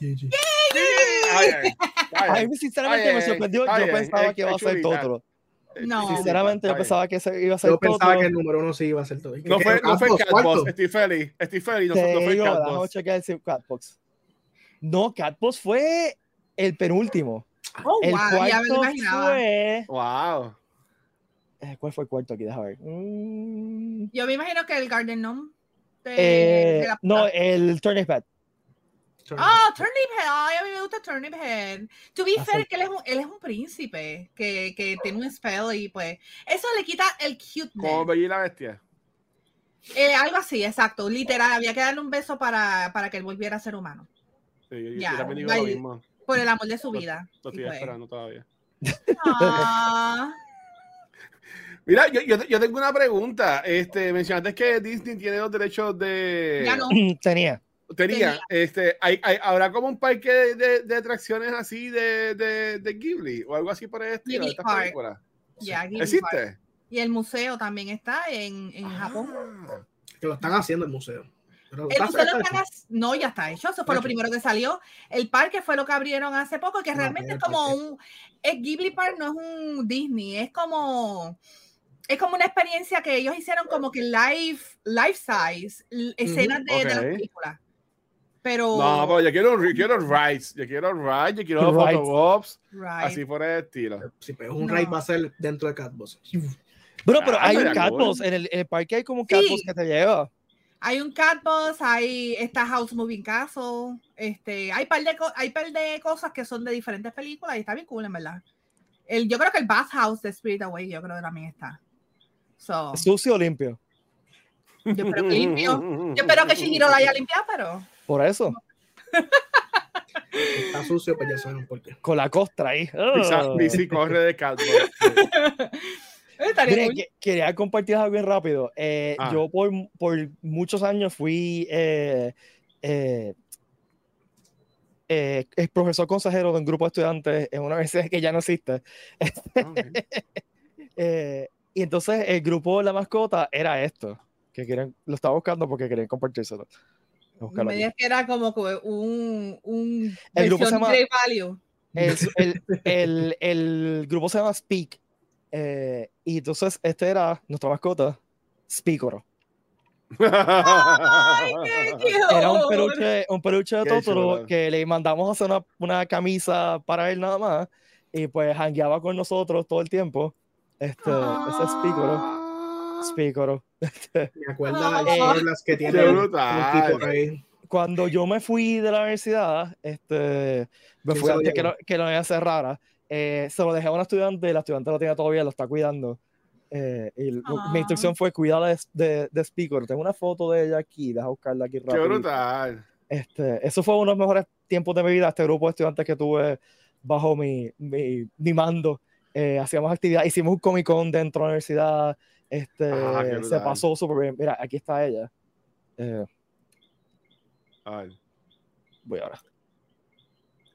Gigi. Ay, ay, ay, A mí sinceramente Ay, me ay, sorprendió. yo ay, ay, pensaba ay, que iba a ser chulita. Totoro. No. Sinceramente yo Ay. pensaba que ese iba a ser Yo Totoro. pensaba que el número uno sí iba a ser todo. No fue, no fue Catboss, Catboss, cuarto. estoy feliz, estoy feliz, no, Te no fue digo, déjame Catboss. chequear si Catbox. No, Catbox fue el penúltimo. Oh, El wow, ya me cuarto lo imaginaba. fue... Wow. eh, ¿Cuál fue el cuarto aquí? Déjame ver. Mm, Yo me imagino que el Garden Gnome. de- eh, de la- no, el Turnip Hat. Ah, Turnip Head. Ay, a mí me gusta Turnip Head. To be Ah, fair, sí. que él es un, él es un príncipe que, que tiene un spell y pues eso le quita el Como cuteness. Bella y la Bestia. Eh, algo así, exacto. Literal, había que darle un beso para, para que él volviera a ser humano. Sí, yo, yo Ya, también digo ahí. lo mismo. Por el amor de su vida. Lo Y estoy pues, esperando todavía. ah, Mira, yo, yo, yo tengo una pregunta. Este, mencionaste que Disney tiene los derechos de. ya no. Tenía. Tenía. Este, hay, hay- ¿Habrá como un parque de, de, de atracciones así de, de, de Ghibli o algo así por el estilo? Ghibli de estas Park. películas? Ya, Ghibli Park. ¿Existe? Y el museo también está en, en Japón. Ah. Que lo están haciendo el museo. Pero El está- museo está Eh, lo hecho. están hac- No, ya está hecho. Eso fue lo Hecho. primero que salió. El parque fue lo que abrieron hace poco, Ah, que No, realmente pero es el como parque- un. El Ghibli Park no es un Disney, es como. Es como una experiencia que ellos hicieron como que live, life size, l- escenas de, de ok. las películas. Pero. No, pero yo quiero, yo quiero rides. Yo quiero rides, yo quiero Rides. photobobs. right. pues, Así por el estilo. Si es un No. raid va a ser dentro de Catboss. Bro, pero Ah, hay pero un cool. Catboss. En el, en el parque hay como un Sí. Catboss que te lleva. Hay un Catboss, hay está House Moving Castle, este, hay par de co- hay par de cosas que son de diferentes películas y está bien cool en verdad. El, yo creo que el Bathhouse de Spirit Away, yo creo que también está. So, Sucio o limpio. yo espero que limpio. Yo espero que Shihiro lo haya limpiado, pero. Por eso. Está sucio, pues ya saben por qué. Con la costra ahí. Quizás Ah. Bici corre de calvo. Estaría Mire, cool. que- quería compartir algo bien rápido. Eh, Ah. Yo por, por muchos años fui eh, eh, eh, el profesor consejero de un grupo de estudiantes en una universidad que ya no existe. Eh, y entonces el grupo de la mascota era esto, que quieren, lo estaba buscando porque querían compartírselo. Voy a buscarlo Me aquí. digas que era como que un, un El grupo se versión llama- Grey Value. El, el- el- el grupo se llama Speak. eh, y entonces este era nuestra mascota, Speakoro. Era un peluche, un peluche de Qué Totoro chulada. que le mandamos a hacer una, una camisa para él nada más. Y pues hangueaba con nosotros todo el tiempo. Este, ese es Picoro. Ah. Picoro. Me acuerda Ah. de las que tiene Qué el- el brutal. tipo ahí. Cuando yo me fui de la universidad, este, me ¿Quién fui se lo antes que llevó? lo, que lo iban a cerrar, eh, se lo dejé a una estudiante y la estudiante lo tiene todavía, lo está cuidando. Eh, y lo- Ah. mi instrucción fue cuidarla de, de, de Speaker. Tengo una foto de ella aquí, deja buscarla aquí Qué rápido. brutal. Este, eso fue uno de los mejores tiempos de mi vida, este grupo de estudiantes que tuve bajo mi, mi, mi mando. Eh, hacíamos actividad, hicimos un Comic Con dentro de la universidad. Este, Ah, qué se brutal. pasó súper bien. Mira, aquí está ella. Eh, Ay. voy ahora.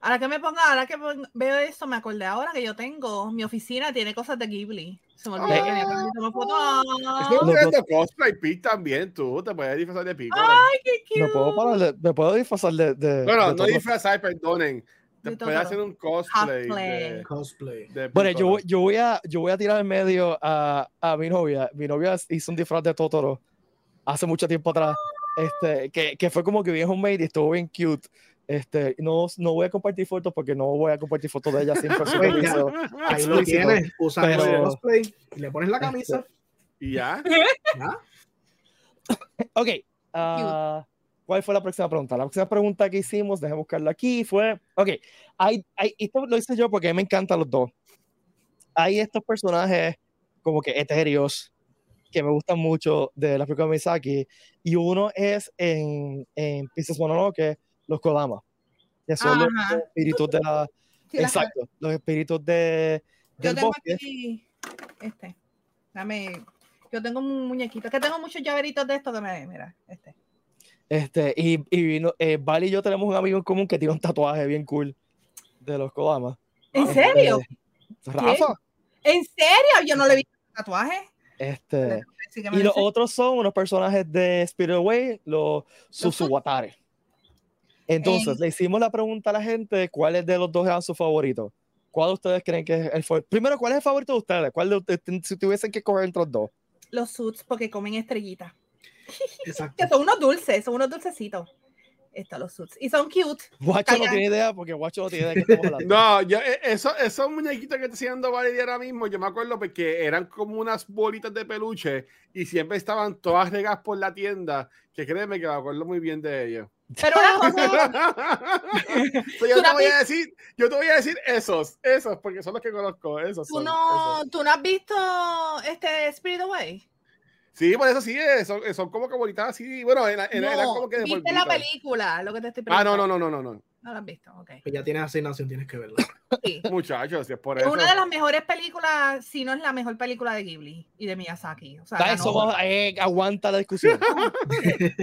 Ahora que me ponga, ahora que pon- veo esto, me acordé ahora que yo tengo, mi oficina tiene cosas de Ghibli. Se me Oh. olvidó Ay. que me acordé de tomar fotos. Es un Los reto cosplay, Pete, también tú. Te puedes disfrazar de Pete. Ay, qué cute. Me puedo, parar de- me puedo disfrazar de. de- de Bueno, no todo. disfrazar, perdonen. Te De puedes Totoro. hacer un cosplay. Cosplay. de- Cosplay. de Bueno, Pete yo, Totoro. voy- yo, voy a, yo voy a tirar en medio a, a mi novia. Mi novia hizo un disfraz de Totoro hace mucho tiempo atrás, este, que, que fue como que bien homemade y estuvo bien cute. Este, no, no voy a compartir fotos porque no voy a compartir fotos de ella sin Pues permiso. Ah, Ahí lo Explícito. tienes, usando Pero- el cosplay y le Este. pones la camisa. Y ya. ¿ya? Ok, ah, ¿cuál fue la próxima pregunta? La próxima pregunta que hicimos, déjame buscarla aquí, fue, ok, hay, hay- esto lo hice yo porque me encantan los dos. Hay estos personajes como que etéreos que me gustan mucho de la película de Miyazaki y uno es en, en Princess Mononoke, los Kodama, que son los Ajá. espíritus de la... Sí, la- exacto, los espíritus de, Yo del tengo bosque. aquí este. Dame. Yo tengo un muñequito. Que tengo muchos llaveritos de esto que me. Mira, este. Este, y, y vino, eh, Val y yo tenemos un amigo en común que tiene un tatuaje bien cool de los Kodama. ¿En Ah, serio? Este, Rafa. ¿En serio? Yo no le vi el tatuaje. Este, Así que me y lo los enseñó. otros son unos personajes de Spirit Away, los Susuwatare. Entonces, le hicimos la pregunta a la gente, ¿cuáles de los dos eran su favorito? ¿Cuál de ustedes creen que es el favorito? Primero, ¿cuál es el favorito de ustedes? ¿Cuál de ustedes, si tuviesen que coger entre los dos? los suits porque comen estrellitas. Exacto. Que son unos dulces, son unos dulcecitos. Estos los suits. Y son cute. Guacho no Calla. tiene idea porque Guacho no tiene idea de qué estamos hablando. No, yo, eh, eso, esos muñequitos que está haciendo Valeria ahora mismo, yo me acuerdo porque eran como unas bolitas de peluche y siempre estaban todas regadas por la tienda, que créeme que me acuerdo muy bien de ellos. Pero una So, cosa, Pues yo Tú te la voy a decir, yo te voy a decir esos, esos, porque son los que conozco, esos. ¿tú son, no, esos. tú no has visto este Spirit Away. Sí, por eso sí, eh, son, eh, son como que bolitas así, bueno, era, era- era No, como que de viste la polvito. película, lo que te estoy Ah, preguntando. no, no, no, no, no, no. No la has visto, ok. Pues Ya tienes asignación, tienes que verla. Sí. Muchachos, si es por Es eso. una de las mejores películas, si no es la mejor película de Ghibli y de Miyazaki. O sea, Dale, ganó. somos- eh, aguanta la discusión.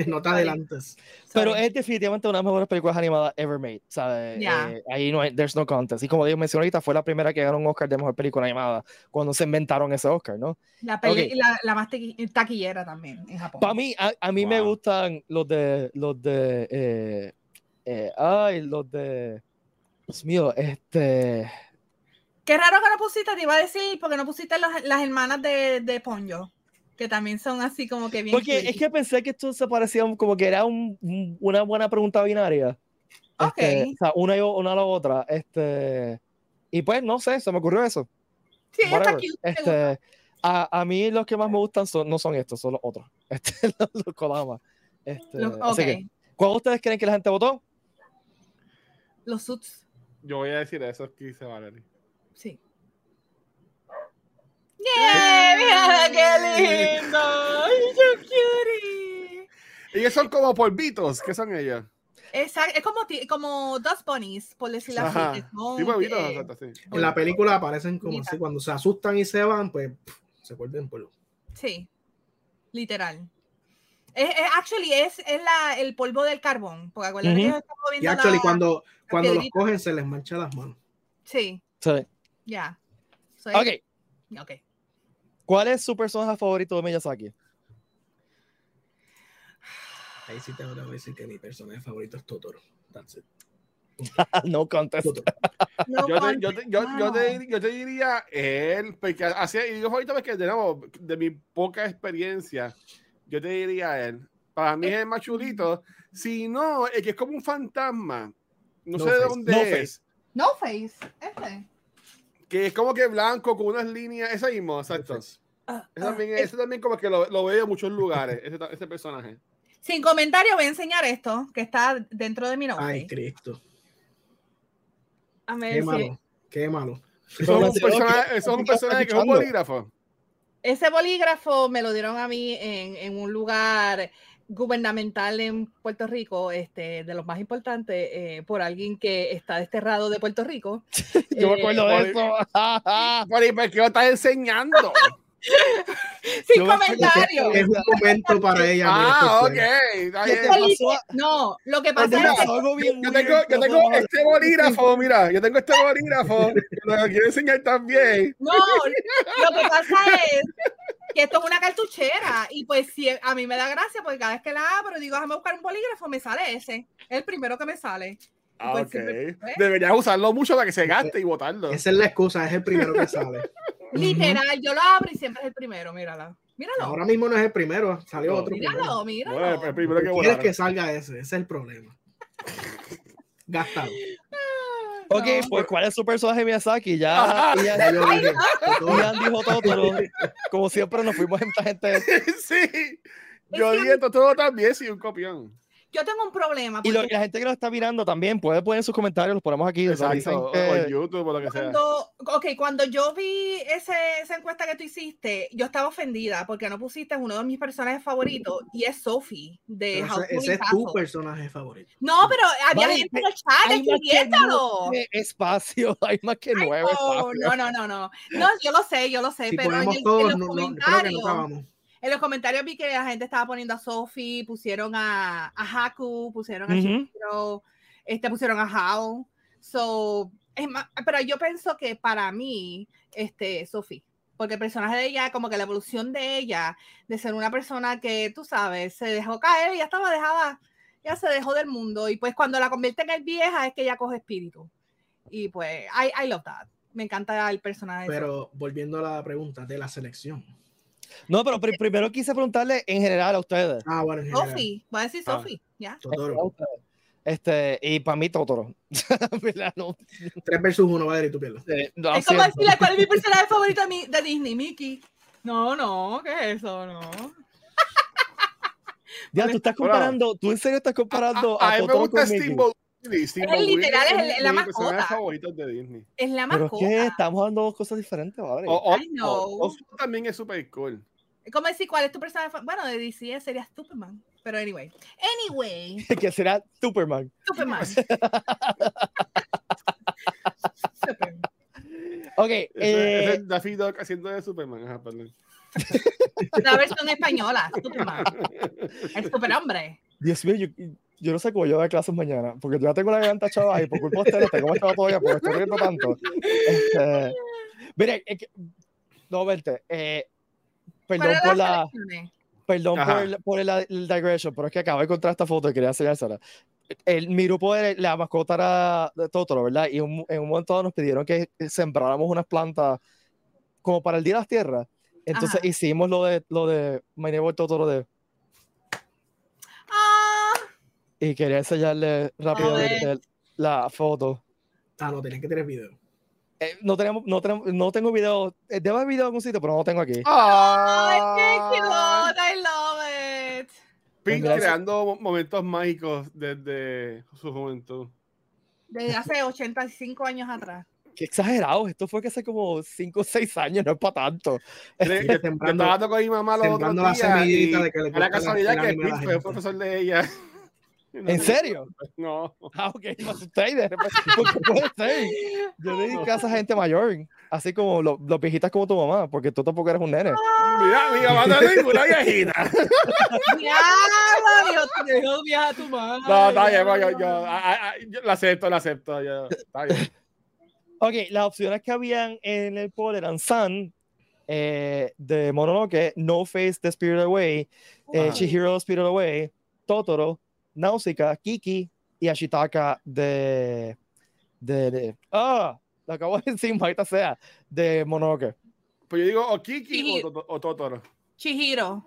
no te adelantes. Pero Sorry. es definitivamente una de las mejores películas animadas ever made. ¿sabes? Ya. Eh, ahí no hay, there's no contest. Y como Dios mencionó ahorita, fue la primera que ganó un Oscar de mejor película animada cuando se inventaron ese Oscar, ¿no? la, peli- ok. la, la más tequi- taquillera también en Japón. Para mí, a, a mí me Wow. gustan los de, los de, eh, eh, ay, los de, Dios mío, este, Qué raro que no pusiste, te iba a decir, porque no pusiste las, las hermanas de, de Ponyo, que también son así como que bien. porque quirky. es que pensé que esto se parecía un- como que era un- un- una buena pregunta binaria. Este, Ok. o sea, una, y, o- una a la otra. Este, y pues, no sé, se me ocurrió eso. Sí, está whatever. cute, me gusta. Este, a, a mí los que más me gustan son, no son estos, son los otros. Este, los, los Kodama. Este, Los, así ok, que, ¿cuál de ustedes creen que la gente votó? los suits, Yo voy a decir esos que dice Valeria. sí. ¡Yeah! ¡Mira qué lindo! ¡Ay, yo cutie! Ellos son como polvitos, ¿qué son ellos? Exacto, es como, ti- como Dust Bunnies, por decirlo Ajá. así. que son, Sí, pues, polvitos, eh, exacto, sí. En la película aparecen como Mira. así, cuando se asustan y se van, pues pff, se vuelven polvo. Sí, literal. Es, es- actually, es, es la, el polvo del carbón. Porque acuérdate que Ujú. ellos están Y moviendo actually, la- cuando, cuando los piedrita. cogen, se les mancha las manos. Sí, Sí. ya. So, es- Ok, ok. ¿cuál es su personaje favorito de Miyazaki? Ahí sí te voy a decir que mi personaje favorito es Totoro. That's it. Ah, no contest. Totoro. No Yo te, con- yo, te, yo, yo no. te, yo te diría él, porque así, y digo ahorita porque de nuevo, de mi poca experiencia, yo te diría él. Para mí es el más chulito. Si no, es que es como un fantasma. No, No sé de face, dónde no es. No face, este. Que es como que blanco con unas líneas. Ese mismo, exacto. Ese Ah, ah. también, ese también como que lo, lo veo en muchos lugares, ese, ta- ese personaje. Sin comentario, voy a enseñar esto que está dentro de mi nombre. Ay, Cristo. a ver Qué si- malo. Qué malo. Eso es un Ok, personaje, eso es un personaje que es un escuchando. bolígrafo. Ese bolígrafo me lo dieron a mí en, en un lugar gubernamental en Puerto Rico, este, de los más importantes, eh, por alguien que está desterrado de Puerto Rico. Yo me acuerdo de Eh, eso. Por ¿por qué lo estás enseñando? Sin Yo me acuerdo que- comentario. Es un momento para ella. ah, ok. mira, está Yo bien. estoy pasó lite- Ah, No, lo que Yo pasa es que algo bien Yo weird, tengo, yo pero tengo no, este bolígrafo, mira, yo tengo este bolígrafo, que lo quiero enseñar también. no, lo que pasa es que esto es una cartuchera y pues sí, a mí me da gracia porque cada vez que la abro digo, déjame buscar un bolígrafo, me sale ese, el primero que me sale. Ah, Pues ok. siempre- ¿eh? Deberías usarlo mucho para que se gaste y botarlo. Esa es la excusa, es el primero que sale. Literal, yo lo abro y siempre es el primero, mírala. Míralo, Ahora mismo no es el primero, salió otro. primero. míralo, Bueno, el míralo. primero que Tú volar. Quieres que salga ese, ese es el problema. Gastado. Ok, No. pues ¿cuál es su personaje de Miyazaki? Ya, ya, Ya yo dije, Totoro. Ian dijo Totoro. Como siempre nos fuimos en gente. sí. Yo Es que- diento todo también, sí, un copión. Yo tengo un problema. Y lo- porque la gente que nos está mirando también puede poner sus comentarios, los ponemos aquí. o sea, dicen Exacto. O, o que- en YouTube o lo que sea. Cuando, ok, cuando yo vi ese- esa encuesta que tú hiciste, yo estaba ofendida porque no pusiste uno de mis personajes favoritos y es Sophie de Pero How Ese, to ese es pues. Be tu Tazo. personaje favorito. No, pero había Vale, gente en el chat hay más que escribiéndolo. nueve espacio, hay más que nueve Oh, espacio. no, no, no, no. No, yo lo sé, yo lo sé, Si pero en, ponemos el- en todos, los no, no, creo que comentarios, no acabamos. en los comentarios vi que la gente estaba poniendo a Sophie, pusieron a, a Haku, pusieron a Ujú. pero este pusieron a How. So, es ma- pero yo pienso que para mí, este, Sophie, porque el personaje de ella, como que la evolución de ella, de ser una persona que, tú sabes, se dejó caer y ya estaba dejada, ya se dejó del mundo. Y pues cuando la convierten en vieja es que ella coge espíritu. Y pues, I, I love that. Me encanta el personaje. de Sophie. Pero volviendo a la pregunta de la selección. No, pero pri- primero quise preguntarle en general a ustedes. Ah, bueno, en general, Sophie, voy a decir Ah. Sophie, ¿ya? Totoro. Este, y para mí Totoro. Mira, no, 3 versus 1, Badri, tú pierdes. sé, lo es como siento. decirle cuál es mi personaje favorito de, mi- de Disney, Mickey. No, no, ¿qué es eso? No. Ya, tú estás comparando, tú en serio estás comparando a, a, a mí me Totoro gusta con Mickey? Steamboat Willie. Steamboat Willie literal, es el- uno de la mis personajes mascota. favoritos de Disney. Es la Pero es mascota. que estamos hablando de dos cosas diferentes, madre. O, o, I know. o- Oso también es super cool. Es como decir cuál es tu personaje fa- Bueno, de DC sería Superman. Pero anyway. Anyway, Que será Superman. Superman. Superman. Ok, Ese, eh, ese es Daffy Duck haciendo de Superman. Ajá, perdón. La versión española, Superman. El superhombre. Dios mío, yo, yo no sé cómo yo voy a clases mañana, porque yo ya tengo la garganta chava y por culpa de ustedes tengo más chava todavía porque estoy riendo tanto. Este, mire, es que- no, verte, eh, perdón ¿Cuáles por eran las la, selecciones? perdón Ajá. por, el, por el, el digression, pero es que acabo de encontrar esta foto y quería enseñársela. El, mi grupo, de, la mascota era de Totoro, ¿verdad? Y un- en un momento dado nos pidieron que sembráramos unas plantas como para el Día de las Tierras. Entonces Ajá. hicimos lo de, lo de My Neighbor Totoro de Ah, Y quería enseñarle rápidamente la foto. Ah, no, tenías que tener video. Eh, no, tenemos, no, tenemos, no tengo video. eh, Debo haber video en algún sitio, pero no lo tengo aquí. ay, Ah. qué cute, I love it. Pink Gracias. creando mo- momentos mágicos desde su juventud. Desde hace 85 años atrás. Qué exagerados. Esto fue que hace como 5 o 6 años, no es para tanto. Le- yo- yo estaba sembrando- hablando con mi mamá los otros sembrando la días y semillita de que le era la gusta casualidad el que anime a la Pete fue gente. profesor de ella. ¿En serio? No. Ah, ok, me asusté y de repente, porque puede ser. Yo le dije a esa gente mayor, así como lo- los viejitas como tu mamá, porque tú tampoco eres un nene. Mira, mi mamá no es ninguna viejita. Diablo, Dios, te dejo viajar a tu madre. No, está bien, pues, yo, yo, a- a- a- yo la acepto, la acepto. yo- está bien. Ok, las opciones que habían en el poll eran Sun, eh, de Mononoke, No Face The Spirit Away, eh, Ajá. Chihiro The Spirit Away, Totoro, Nausicaa, Kiki y Ashitaka de. de. de- ¡Ah! Lo acabo de decir, maldita sea, de Mononoke. Pues yo digo o Kiki Y- o, Toto- o Totoro. Chihiro.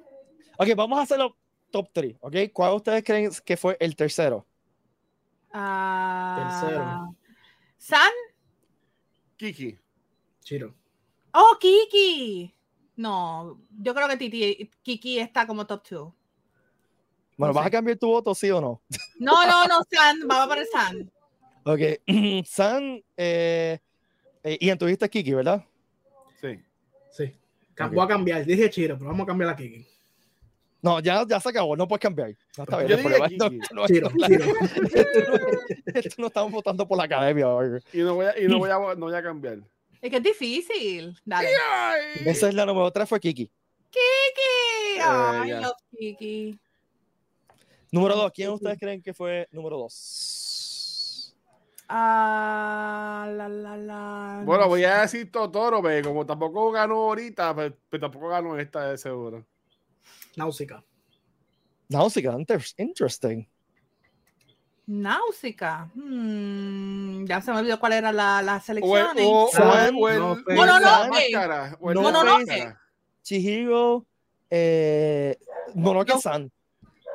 Ok, vamos a hacerlo top 3, ¿ok? ¿Cuál ustedes creen que fue el tercero? Ah, Tercero. San. Kiki. Chiro. Oh, Kiki. No, yo creo que Titi, Kiki está como top 2. Bueno, No ¿vas a cambiar tu voto, sí o no? No, no, no, San. Vamos para el San. Ok, San, eh, eh, y entuviste a Kiki, ¿verdad? Sí. Sí. Ok. Voy a cambiar. Dije Chiro, pero vamos a cambiar la Kiki. No, ya, ya se acabó, no puedes cambiar. No está bien, Yo el diría problema es- no, Kiki. esto no es- Chiro, Chiro. esto no- esto no estamos votando por la academia. oye. Y no voy a, y no voy a, no voy a cambiar. Es que es difícil. Dale. Ay. Esa es la número 3, fue Kiki. Kiki. Eh, Ay, ya. love Kiki. Número 2, ¿quién ustedes creen que fue número 2? Ah, la, la, la. Bueno, no voy sé. a decir Totoro, porque como tampoco ganó ahorita, pues, pues tampoco ganó en esta de seguro. Náusica. Nausicaa, inter- interesting. Náusica. Hmm, ya se me olvidó cuál era la, la O el, selección. ¿eh? o, o el, o el, No, o el- no, la no, eh. máscara, o el- no, la no, no, máscara. Chihiro, eh, Mononoke No. San.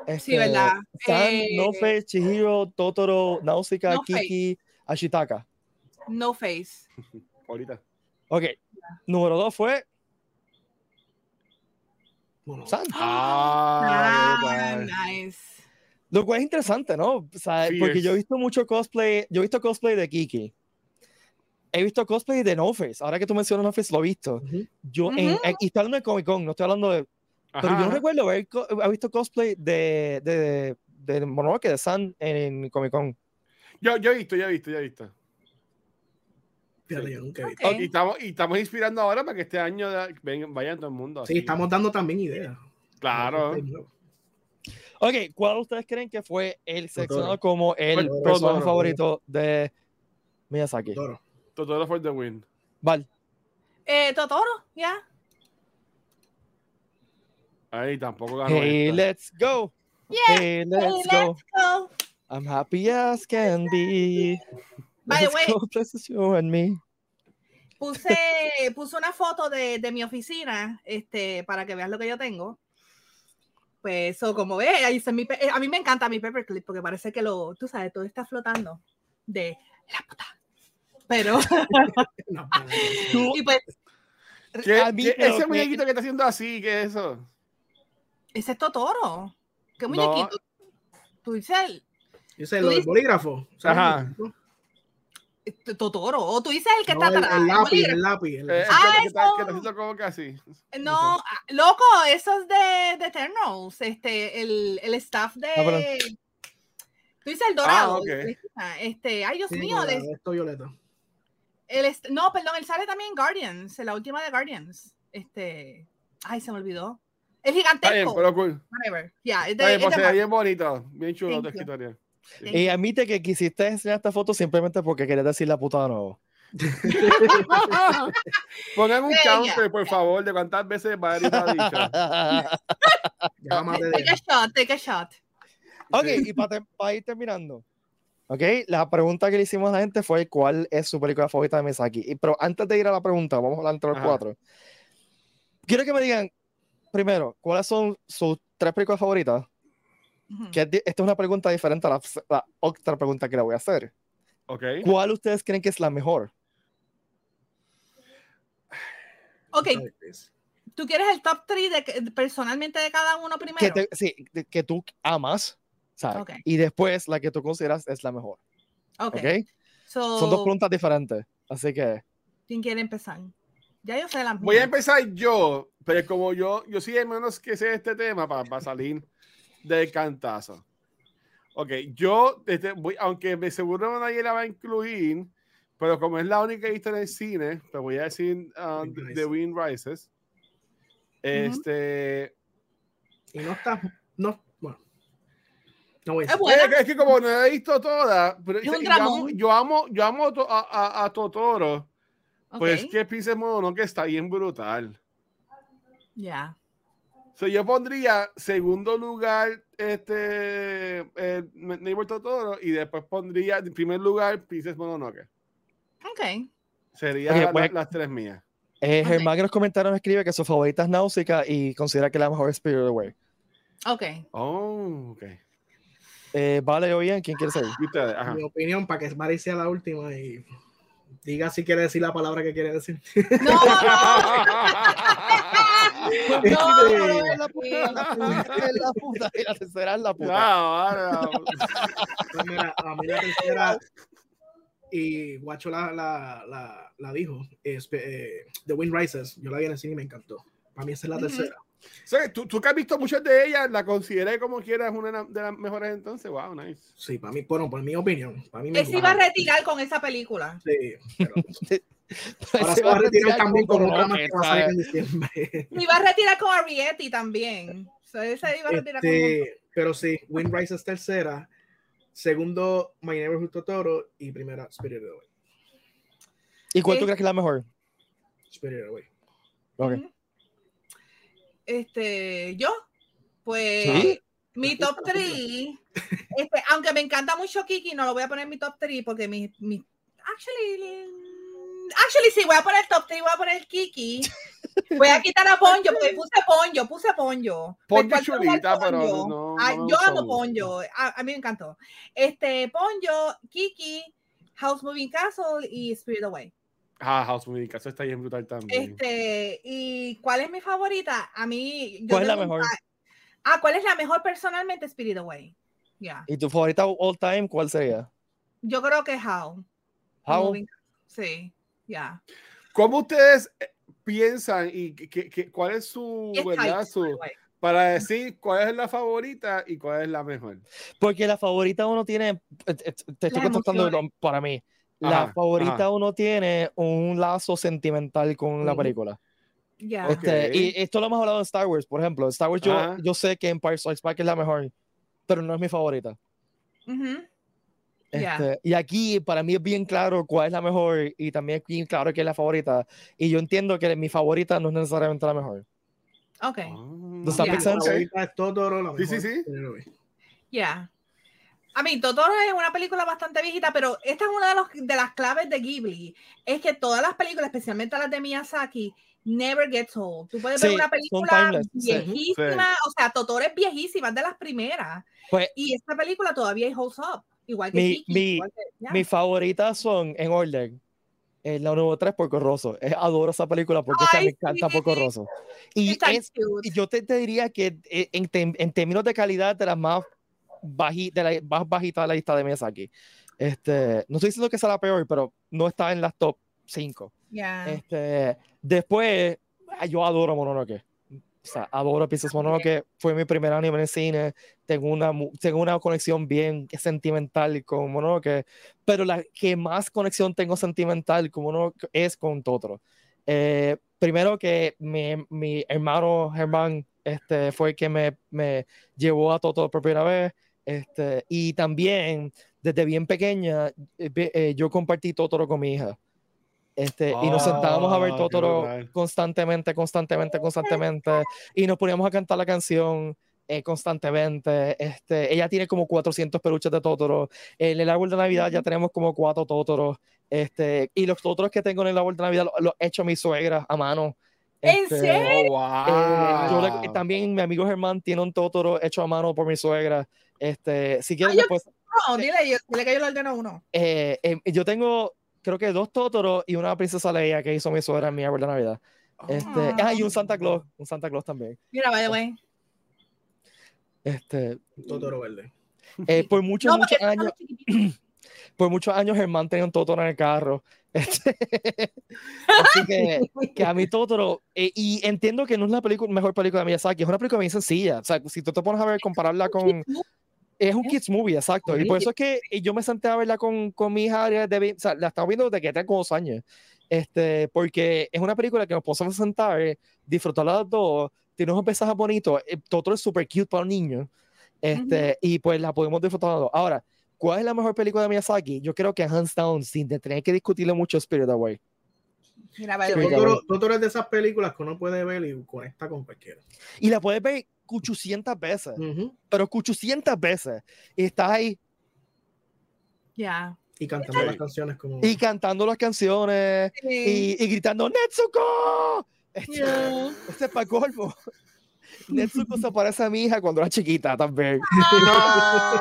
Este, Sí, ¿verdad? San, Eh, No Face, Chihiro, Totoro, Nausicaa, No Face. Kiki, Ashitaka. No face. Ahorita. Ok, número 2 fue Bueno, San. Ah, Ah, brutal. nice. Lo cual es interesante, ¿no? O sea, Sí, porque es. yo he visto mucho cosplay, yo he visto cosplay de Kiki. He visto cosplay de No Face. Ahora que tú mencionas No Face, lo he visto. ujú. Yo, en, Ujú. en- y estoy hablando de Comic Con, no estoy hablando de. Ajá, Pero yo no ajá. recuerdo haber, co- haber visto cosplay de, de, de, de Mononoke, de San en Comic Con. yo, yo he visto, yo he visto, yo he visto. Fíjate, yo nunca he visto. Ok. Y estamos, y estamos inspirando ahora para que este año da- vengan- vayan todo el mundo. Sí, así. estamos dando también ideas. Claro. Ok, ¿cuál de ustedes creen que fue el seleccionado Totoro. como el Totoro, personaje Totoro. favorito de Miyazaki? Toro. Totoro for the win. Val, Eh, Totoro, ya. Ahí tampoco ganó. hey, esta. let's go. Yeah, Hey, let's let's go. go. I'm happy as can be. By the Let's way- go places you and me. Puse, puse una foto de, de mi oficina este, para que veas lo que yo tengo. Pues, so, como ves, ahí se mi pe- eh, a mí me encanta mi paperclip porque parece que lo, tú sabes, todo está flotando de la puta. Pero, No, para nada. Tú- y pues, ¿Qué- A mí qué- creo ese que- muñequito que está haciendo así, ¿qué es eso? ese es Totoro. ¿Qué No. muñequito? Tú dices el- Yo sé, Tú lo del dices- bolígrafo. ¿sabes? Ajá. No, t- eh, Totoro. O tú dices el que está el, atrás. el el lápiz, bolígrafo. el lápiz. el- Eh, Ah, que- que, está, eso. que está haciendo como que así. No, ah, loco, eso es de, de Eternals, este, el, el staff de... pero- Tú dices el dorado. Ah, ok. el- Este, ay, Dios Sí, mío, con la- de- esto violeta. el est- no, perdón, él sale también en Guardians, en la última de Guardians. Este, ay, se me olvidó. Es Está bien, gigantesco. pero cool. Whatever. Yeah, es de- Está bien, es pues, de se ve Marvel. bien bonito. Bien chulo tu Thank you. escritorio. Thank Y admite que quisiste enseñar esta foto simplemente porque querías decir la puta de nuevo. Póngame un Bella. counter, por favor, de cuántas veces va a dicho. Ya mate de Take a shot, take a shot. ok, Sí. y para ir terminando. Ok, la pregunta que le hicimos a la gente fue cuál es su película favorita de Miyazaki. Y- Pero antes de ir a la pregunta, vamos a hablar entre los Ajá. cuatro. Quiero que me digan, primero, ¿cuáles son sus tres películas favoritas? Ujú. Que es di- esta es una pregunta diferente a la, la otra pregunta que le voy a hacer. Ok. ¿Cuál ustedes creen que es la mejor? Ok, ¿tú quieres el top 3 de, que- personalmente de cada uno que, primero? te- sí, de- que tú amas, ¿sabes? Ok. Y después la que tú consideras es la mejor, Ok, ¿ok? so- Son dos preguntas diferentes, Así que. ¿Quién quiere empezar? Ya yo sé las Voy a mías. empezar yo, pero como yo, yo sí hay menos que sé este tema para, salir del cantazo. Ok, yo, este, voy, aunque me seguro nadie la va a incluir, pero como es la única historia del cine, te voy a decir ah, Wind Rises. The Wind Rises. Este. Y no está. No, bueno. No voy a Es decir. buena. Es, que- es que como no la he visto toda, pero Es un yo, amo, dramón. yo amo, yo amo a, to- a- a- a Totoro, Ok, pues es que Princess Mononoke está bien brutal. Ya. So, yo pondría segundo lugar este eh, Neighbor Totoro y después pondría en primer lugar Princess Mononoke. Ok. Serían Ok, la- pues- las tres mías. Eh, Ok. Germán que nos comentaron escribe que su favorita es Náusica y considera que la mejor es Spirit Away. Ok. Oh, ok. Eh, vale, o bien, ¿quién quiere seguir? Y ustedes, ajá. mi opinión para que Mari sea la última y diga si quiere decir la palabra que quiere decir. No, no, No, no, no, la Ah, puta, y la tercera es la puta. Ah, ahora. Pues mira, a mí la tercera, y Guacho la, la, la, la dijo, es, eh, The Wind Rises, yo la vi en el cine y me encantó. Para mí esa es la Ujú. tercera. O sea, tú, tú que has visto muchas de ellas, la consideré como quieras una de las- de las mejores entonces. Wow, nice. Sí, para mí, bueno, por mi opinión. Para mí me él se iba Pues a encanta. retirar con esa película. Sí, pero Pues ahora se va a retirar también con otra más que va a salir en diciembre. Me iba a retirar con Arietti también. O sea, él se iba a retirar con... Este, pero sí, Wind Rises tercera, segundo My Neighborhood Totoro y primera Spirit Away. ¿Y cuál tú Sí. crees que es la mejor? Spirit Away. Ok. Ujú. Este, yo, pues Sí. mi top 3, este, aunque me encanta mucho Kiki, no lo voy a poner en mi top 3 porque mi, mi actually, mm, actually sí, voy a poner top 3, voy a poner Kiki. Voy a quitar a Ponyo, porque puse Ponyo, puse Ponyo. Me Ponyo encantó jugar chulita, pero Ponyo. no- Ay, no me yo gustó amo mucho. Ponyo, a, a mí me encantó. Este, Ponyo, Kiki, House Moving Castle y Spirit Away. Ah, House Moving Castle está bien brutal también. Este, ¿y cuál es mi favorita? A mí. yo ¿Cuál es la tengo un- mejor? Ah, ¿cuál es la mejor personalmente? Spirit Away. Ya. ¿Y tu favorita all time cuál sería? Yo creo que How. How? Moving- Sí, ya. ¿Cómo ustedes eh, piensan y qué- qué- qué- cuál es su, Es verdad, hype, by the su, way. para decir cuál es la favorita y cuál es la mejor? Porque la favorita uno tiene, eh, eh, te estoy Las contestando emociones. lo- para mí, la Ajá, favorita ajá. uno tiene un lazo sentimental con la Ujú. película. Ya. Ok. Este, y esto lo hemos hablado en Star Wars, por ejemplo. En Star Wars yo, Ajá. yo sé que Empire Strikes Back es la mejor, pero no es mi favorita. Ujú. Ya. Este, Y aquí para mí es bien claro cuál es la mejor y también es bien claro que es la favorita. Y yo entiendo que mi favorita no es necesariamente la mejor. Ok. Ah. Does that Yeah. make La sense? favorita es Totoro, la Sí, sí, mejor sí. Spirit Away. Ya. A mí, Totoro es una película bastante viejita, pero esta es una de, los, de las claves de Ghibli. Es que todas las películas, especialmente las de Miyazaki, never gets old. Tú puedes Sí, ver una son película timeless, sí. viejísima, o sea, Totoro es viejísima, es de las primeras. Pues- y esta película todavía es holds up, igual que Mi- Kiki, mi- igual que- ya. Mis favoritas son en orden. eh, la número 3 Porco Rosso. Eh, adoro esa película porque es que Ay, me encanta sí. Porco Rosso. Y Está es, cute. y yo te, te diría que eh, en, tem- en términos de calidad de las más bajitas de la más bajita de la lista de Miyazaki. Este, no estoy diciendo que sea la peor, pero no está en las top 5. Ya. Este, después, ah, yo adoro Mononoke. O sea, adoro Princess Mononoke. Fue mi primer anime en el cine. Tengo una, mu- tengo una conexión bien sentimental con Mononoke. Pero la que más conexión tengo sentimental con Mononoke es con Totoro. Eh, primero que mi, mi hermano Germán este, fue el que me, me llevó a Totoro por primera vez. Este, y también, desde bien pequeña, eh, ve- eh, yo compartí Totoro con mi hija. Este, y nos Ah, sentábamos a ver qué Totoro brutal. constantemente, constantemente, constantemente. Y nos poníamos a cantar la canción eh, constantemente. Este, ella tiene como 400 peluches de Totoro. En el árbol de Navidad ya tenemos como cuatro Totoros. Este, y los Totoros que tengo en el árbol de Navidad los he hecho mi suegra a mano. ¿En Este, serio? Oh, eh, wow. yo le- también mi amigo Germán tiene un Totoro hecho a mano por mi suegra. Este, si quieren Ay, yo- después, No, dile, yo- dile que yo le ordeno uno. eh, eh, yo tengo creo que dos Totoros y una princesa Leia que hizo mi suegra en mi árbol de Navidad. Este, Ah. ah, y un Santa Claus, un Santa Claus también. Mira, by the way. Este, Totoro Verde. eh, por muchos, No, porque eh, muchos tú años, estabas chiquitito. Por muchos años Germán tenía un Totoro en el carro. Este, así que, que a mí Totoro, eh, y entiendo que no es la película, mejor película de Miyazaki, es una película bien sencilla. O sea, si tú te pones a ver, compararla con, es un kids movie, exacto. Y por eso es que yo me senté a verla con, con mi hija, de, o sea, la estaba viendo desde que tengo dos años. Este, porque es una película que nos podemos sentar, disfrutarla las dos, tiene unos mensajes bonitos, eh, Totoro es super cute para un niño. Este, uh-huh. Y pues la podemos disfrutar las dos. Ahora, ¿cuál es la mejor película de Miyazaki? Yo creo que hands down, sin tener que discutirlo mucho, Spirit Away. Mira, Totoro, Totoro es de esas películas que uno puede ver y conecta con cualquiera. Y la puedes ver 800 veces, Mm. uh-huh. pero 800 veces. Y estás ahí. Ya. Yeah. Y cantando sí. las canciones como... Y cantando las canciones sí. y, y, gritando ¡Netsuko! Este, yeah. este es para colmo. Netsuko se parece a mi hija cuando era chiquita también.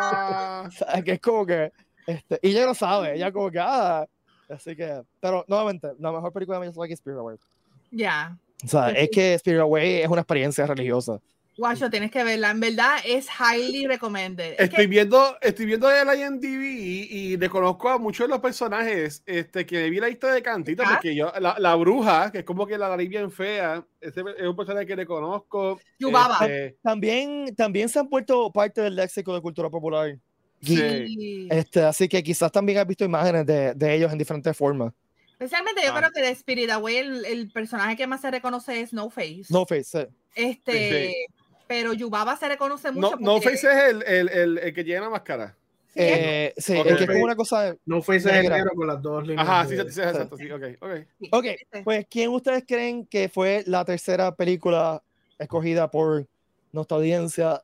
Ah. o sea, que es como que... Este, y ella lo sabe, ella como que... Ah, así que... Pero nuevamente, la mejor película de Miyazaki es Spirit Away. Ya. Yeah. O sea, es que Spirit Away es una experiencia religiosa. Guacho, tienes que verla. En verdad es highly recommended. Estoy es que... viendo, estoy viendo el IMDb y, y reconozco a muchos de los personajes este, que vi la historia de Cantito, ¿Ah? porque yo, la, la, bruja, que es como que la nariz bien fea, este es un personaje que reconozco. Yubaba. Este... También, también se han puesto parte del léxico de cultura popular. Sí. Este, así que quizás también has visto imágenes de, de ellos en diferentes formas. Especialmente yo ah. creo que de Spirit Away el, el, personaje que más se reconoce es No Face. No Face, eh, sí. Este, sí, sí. pero Yubaba se reconoce mucho. No, no Face es el, el, el, que lleva la máscara. Eh, sí, okay. el que es como una cosa. No Face es el negro con las dos líneas. Ajá, sí, sí, exacto. Sí, ok, okay. okay pues ¿quién ustedes creen que fue la tercera película escogida por nuestra audiencia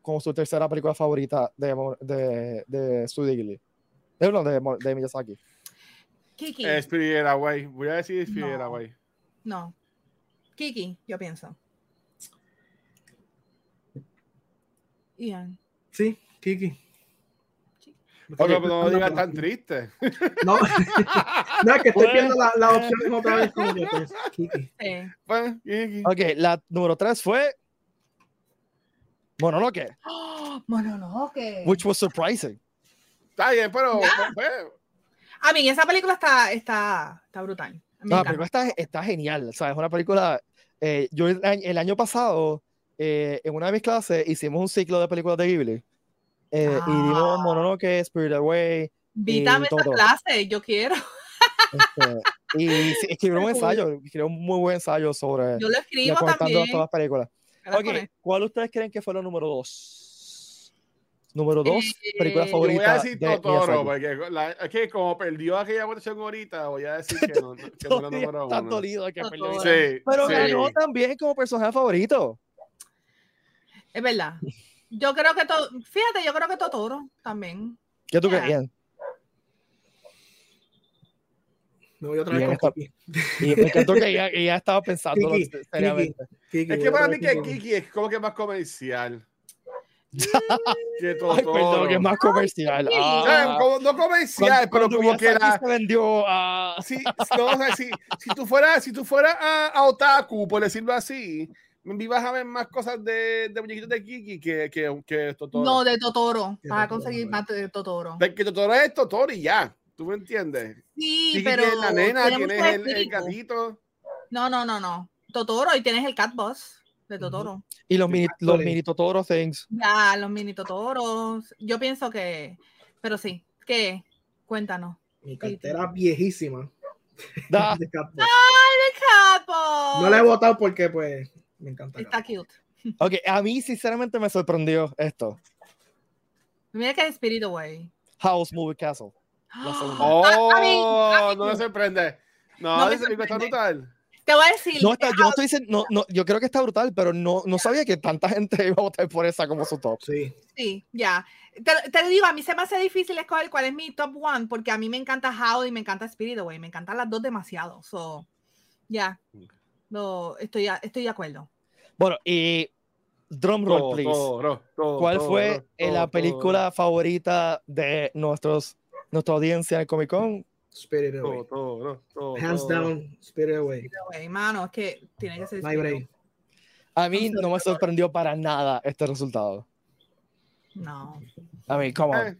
como su tercera película favorita de, de, de Studio Ghibli? De, no, de, de Miyazaki. Kiki. Eh, Spirit Away. Voy a decir Spirit no. Away. No. Kiki, yo pienso. Ian. Sí, Kiki. Oye, okay, no lo digas tan triste. Pues. No, no es que estoy viendo la, la opción otra vez. Como que pues, Kiki. Eh. Bueno, Kiki. Ok, la número 3 fue Mononoke. Oh, Mononoke. Which was surprising. Está bien, pero... pues, Nah. pero a mí, esa película está, está, está brutal. No, la película está, está genial. O sea, es una película. Eh, yo el, el, año pasado, eh, en una de mis clases, hicimos un ciclo de películas de Ghibli. Eh, ah. Y dimos Mononoke, Spirit Away. Vítame esa clase, yo quiero. Este, y escribió un ensayo, escribió un muy buen ensayo sobre. Yo lo escribo también. todas las películas. Okay, ¿cuál ustedes creen que fue la número dos? Número 2, película eh, favorita. Voy a decir de Totoro, porque la, es que como perdió aquella votación ahorita, voy a decir que no, que no la número uno. Tan dolido que perdió. Sí, pero sí. ganó también como personaje favorito. Es verdad. Yo creo que todo. Fíjate, yo creo que Totoro también. ¿Qué Ah. tú yeah. creías? No voy otra vez con Kiki. Y me encantó que ya, ya estaba pensando Kiki, seriamente. Kiki, Kiki, es que para mí que Kiki es como que más comercial. que todo, Ay, perdón, que es más comercial. Ah, o sea, como, no comercial, pero como que era. Se vendió a... si, no, o sea, si, si, tú fueras, si tú fueras a, a, Otaku, por decirlo así, vas a ver más cosas de, de muñequitos de Kiki que, que, que Totoro. No, de Totoro. Vas a conseguir más de Totoro. De que Totoro es Totoro y ya. ¿Tú me entiendes? Sí, Kiki pero. Tienes la nena, tienes el, el, gatito. No, no, no, no. Totoro y tienes el Cat Boss de Totoro. Uh-huh. Y los mini, los mini Totoro things. Ya, los mini Totoros. Yo pienso que, pero sí, que cuéntanos. Mi cartera sí. viejísima. Da. de ¡Ay, de capo! No la he votado porque, pues, me encanta. Está cute. Ok, a mí sinceramente me sorprendió esto. Mira que Spirit Away. ¡Ah! House Movie Castle. Oh, a, a mí, a mí. no me sorprende. No, no me sorprende. está brutal te voy a decir. No, está, yo, estoy diciendo, no, no, yo creo que está brutal, pero no, no sabía que tanta gente iba a votar por esa como su top. Sí. Sí, ya. Yeah. Te, te, digo, a mí se me hace difícil escoger cuál es mi top one, porque a mí me encanta How y me encanta Spirit Away. Me encantan las dos demasiado. So, ya. Yeah. No, estoy, estoy de acuerdo. Bueno, y. Drum roll, todo, please. Todo, todo, ¿Cuál fue eh, la película favorita de nuestros, nuestra audiencia en Comic Con? Spirit Away. Todo, todo, todo, Hands down, Spirit Away. Spirit Away. Mano, es que tiene que ser. My brain. A mí no me sorprendió para nada este resultado. No. A mí, ¿cómo? Eh.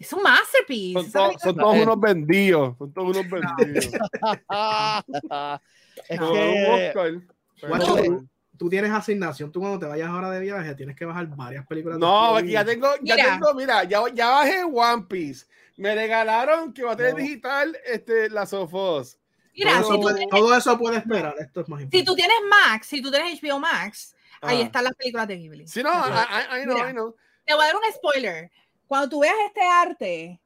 Es un masterpiece. Son, ¿sabes? to- son todos unos vendidos. Son todos unos vendidos. Ah, es No, que, un Oscar. Guacho, Pero- tú, tú tienes asignación, tú cuando te vayas ahora de viaje tienes que bajar varias películas. No, de- aquí ya tengo, ya Mira. tengo, mira, ya, ya bajé One Piece. Me regalaron que va a tener No. digital este, la Sofos. Mira, todo, si tú, eso, tienes, todo eso puede esperar. Esto es más si importante. tú tienes Max, si tú tienes HBO Max, ahí Ah. están las películas de Ghibli. Sí, no, ah, I, I- I know, Mira. I know. Te voy a dar un spoiler. Cuando tú veas este arte,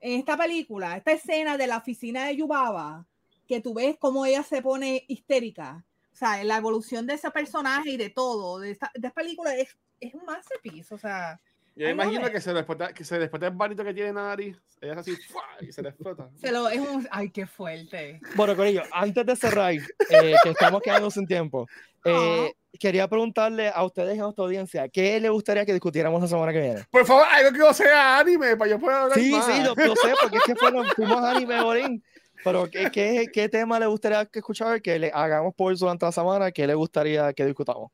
en esta película, esta escena de la oficina de Yubaba, que tú ves cómo ella se pone histérica, o sea, la evolución de ese personaje y de todo, de esta, de esta película, es, es un masterpiece, o sea, Yo I love imagino it. que se le explota, que se le explota el barito que tiene Nari. Ella es así, ¡fua! y se le explota. se lo, es un, ay, qué fuerte. bueno, Corillo, antes de cerrar, eh, que estamos quedando sin tiempo, eh, quería preguntarle a ustedes, a nuestra audiencia, ¿qué les gustaría que discutiéramos la semana que viene? Por favor, algo que no sea anime, para yo poder hablar Sí, más. sí, lo, lo sé, porque es que fueron, fuimos anime, Borín. Pero, ¿qué, qué, qué tema le gustaría que escuchar? Que le hagamos por durante la semana, ¿qué le gustaría que discutamos?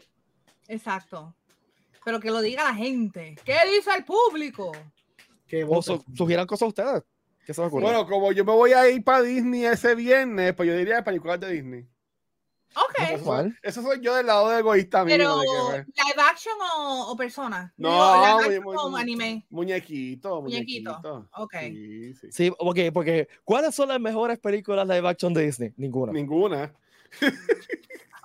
Exacto. Pero que lo diga la gente. ¿Qué dice el público? Que O voten. su- sugieran cosas a ustedes. ¿Qué se les ocurre? Bueno, como yo me voy a ir para Disney ese viernes, pues yo diría películas de Disney. Ok. Eso, ¿Cuál? eso soy yo del lado de egoísta mío. Pero, de que, pues, ¿live action o, o persona? No, Digo, live muy- action muy- o muy- anime. muñequito, Muñequito. muñequito. Ok. Sí, sí. Sí, ok, porque ¿cuáles son las mejores películas live action de Disney? Ninguna. Ninguna.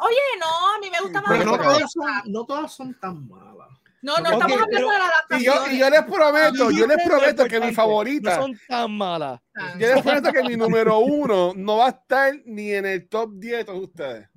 Oye, no, a mí me gusta más. Pero la no Pero- adaptación. todas, son, no todas son tan malas. No, no, Ok, estamos hablando pero- de la Y yo, adaptación. y yo les prometo, yo les Dijiste lo prometo que mi importante, favorita, No son tan malas. yo les prometo que mi número uno no va a estar ni en el top 10 de todos ustedes.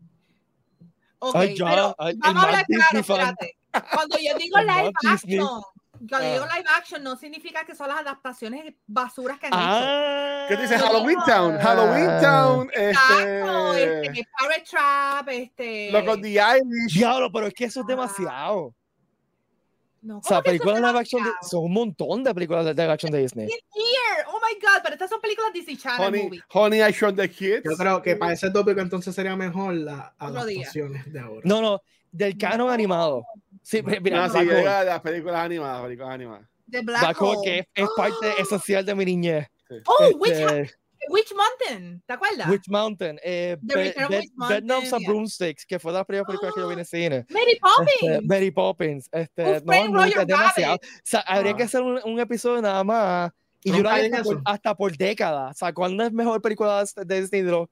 Ok, Ay, ya, pero ay, el vamos a más hablar claro, Disney fan. espérate. Cuando yo digo El live más Disney. action, cuando Ah. digo live action, no significa que son las adaptaciones basuras que han hecho. Ah, ¿Qué te dice no. Halloween Town? Ah. Halloween Town, Exacto, este, este, Parrot Trap, este. Loco the Irish. Diablo, pero es que eso es Ah. demasiado. O No, ¿cómo sea, que eso películas es live action de- demasiado? son un montón de películas de live action de Disney. Bien here, Oh my god, pero estas son películas Disney Channel Honey, movie. Honey, I Shrunk the Kids. Yo creo que para ese tópico entonces sería mejor las Otro día. adaptaciones de ahora. No, no, del canon No. animado. Sí, mi- mira, No, sí, Black yo Hole. digo de las películas animadas, películas animadas. The Black Black Hole, Hole. que es, es parte esencial de mi niñez. Oh, Witch, Este, Witch Mountain, ¿te acuerdas? Witch Mountain. Eh, The Be- Return of Be- Witch Mountain, ¡Ah! Bedknobs and yeah. Broomsticks, que fue de las primeras películas que yo vi en el cine. Mary Este, Poppins. Mary Poppins. Este, Who no, Framed nunca, Roger es demasiado. Rabbit? O sea, habría que hacer un, un episodio nada más. Y No yo lo haría caí en hasta por, eso. hasta por décadas. O sea, ¿cuál no es mejor película de- de Disney? de los-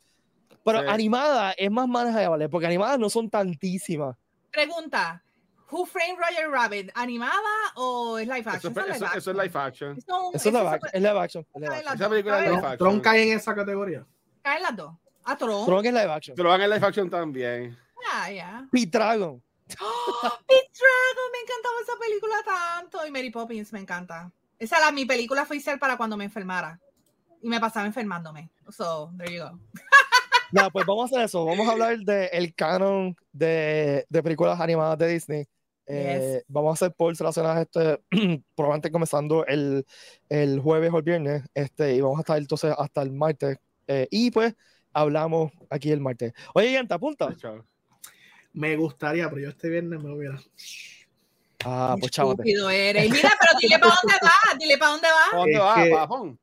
Pero Sí. animada es más manejable, porque animadas no son tantísimas. Pregunta: ¿Who Framed Roger Rabbit? ¿Animada o es live Eso, action? fue- eso- eso es live action. Eso, Eso es live action. Es live action. es live action. Esa película es live Tron- Tron cae en esa categoría. Caen las dos. A Tron. Tron es live action. Te lo van en live action también. Ah, ya. Pit Dragon. ¡Oh, Pit Dragon, me encantaba esa película tanto. Y Mary Poppins me encanta. Esa era mi película oficial para cuando me enfermara. Y me pasaba enfermándome. So, there you go. Nada, pues vamos a hacer eso. Vamos a hablar del canon de, de películas animadas de Disney. Eh, Vamos a hacer polls relacionadas a este, probablemente comenzando el, el jueves o el viernes, este, y vamos a estar entonces hasta el martes. Eh, y pues hablamos aquí el martes. Oye, Yanta, apunta. Chao. Me gustaría, pero yo este viernes me voy a... Ah, Qué pues chavote. estúpido eres. Y Mira, pero dile para dónde vas. Dile para dónde vas. ¿A ¿Dónde Es va? que- ¿Para Japón?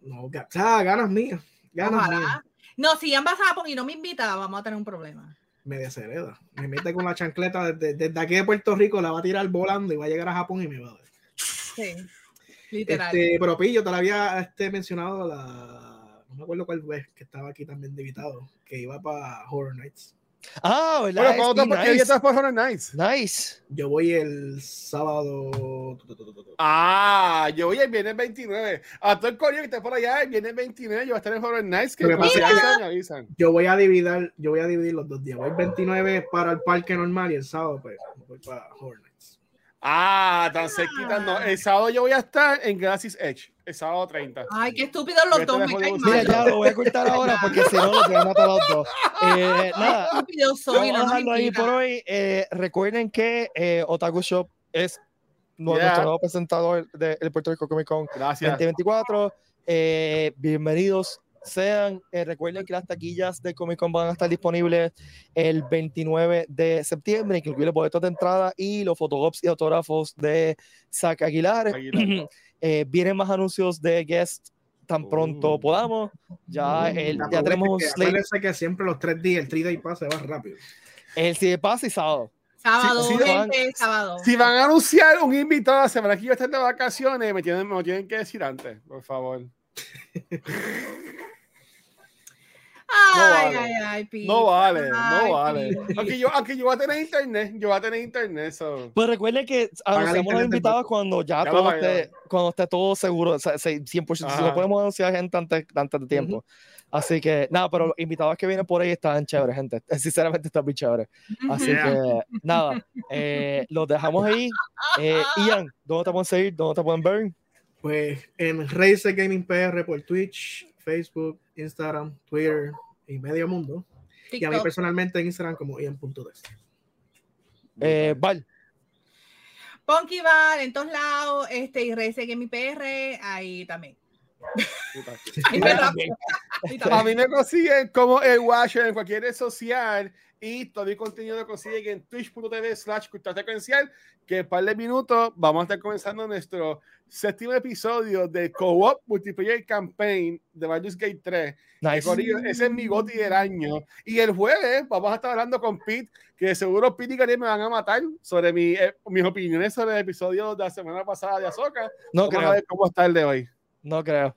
No, ga- o sea, ganas mías. Ganas mías. Ojalá. No, si ambas a Japón y no me invita, vamos a tener un problema. Me deshereda. Me mete con la chancleta desde, desde aquí de Puerto Rico, la va a tirar volando y va a llegar a Japón y me va a dar. Sí. Literal. Este, pero Pillo, te la había este, mencionado la. No me acuerdo cuál fue, que estaba aquí también de invitado, que iba para Horror Nights. Ah, ¿verdad? Bueno, pues, ¿cómo Sí, estás? ¿Qué día nice. estás por Horror Nights? Nice. Yo voy el sábado. tu, tu, tu, tu, tu. Ah, yo voy el viernes 29. A todo el coño que está por allá, el viernes 29 yo voy a estar en Horror Nights. Que Lo que cuando pasa es avisan, me avisan. Yo voy a dividir, yo voy a dividir los dos días. Voy el 29 para el parque normal y el sábado, pues, voy para Horror Nights. Ah, tan cerquita. No, el sábado yo voy a estar en Gracis Edge. El sábado 30. Ay, qué estúpido Yo los dos. estoy Me de caen acuerdo Mira, mal. contigo. ya lo voy a cortar ahora porque si no, los voy a matar a los dos. Eh, nada, Estúpido soy. Vamos No a nos dejarlo ahí invitan. por hoy. Eh, recuerden que eh, Otaku Shop es nu- Yeah. nuestro nuevo presentador del Puerto Rico Comic Con Gracias. 2024. Eh, bienvenidos sean. Eh, recuerden que las taquillas de Comic Con van a estar disponibles el 29 de septiembre, incluidos los boletos de entrada y los fotogops y autógrafos de Zac Aguilar. Aguilar. Eh, vienen más anuncios de Guest tan pronto Oh. podamos. Ya, Mm, el- Uh. la ya cosa tenemos un es que, slate. acuérdense que siempre los tres días, el 3 day pass se va rápido. El si pasa y sábado. Sábado, Sí, sí, gente, sábado. Si van a anunciar un invitado la semana que yo estar de vacaciones, me tienen, me lo tienen que decir antes, por favor. Ay, No vale. ay, ay, Pete. No vale, Ay, no vale. Pete. Aunque yo, aunque yo voy a tener internet, yo voy a tener internet, so. Pues recuerde que anunciamos los internet del invitados barco. cuando ya, Ya lo todo pagaron. esté, cuando esté todo seguro, o sea, se- 100%. Si Ajá. lo podemos anunciar gente antes, antes de tiempo. Así que, nada, pero los invitados que vienen por ahí están chéveres, gente. Sinceramente están muy chéveres. Así Yeah. que, nada, eh, los dejamos ahí. Eh, Ian, ¿dónde te pueden seguir? ¿Dónde te pueden ver? Pues en Racer Gaming PR por Twitch, Facebook, Instagram, Twitter y medio mundo. Y a mí TikTok. personalmente en Instagram como Ian.des. Eh, Val, Ponky Bar en todos lados, este, y Race Gaming PR, ahí también. Ahí me Mira, rap- ahí a también. mí me consiguen como el Watcher en cualquier red social y todo el contenido lo consiguen en twitch.tv slash cultura secuencial que en un par de minutos vamos a estar comenzando nuestro séptimo episodio de Co-op Multiplayer Campaign de Baldur's Gate 3 Que nice. corillo, ese es mi goti del año. Y el jueves vamos a estar hablando con Pete, que seguro Pete y Karim me van a matar sobre mi, eh, mis opiniones sobre el episodio de la semana pasada de Azoka. No Vamos a creo, ver cómo está el de hoy. no creo.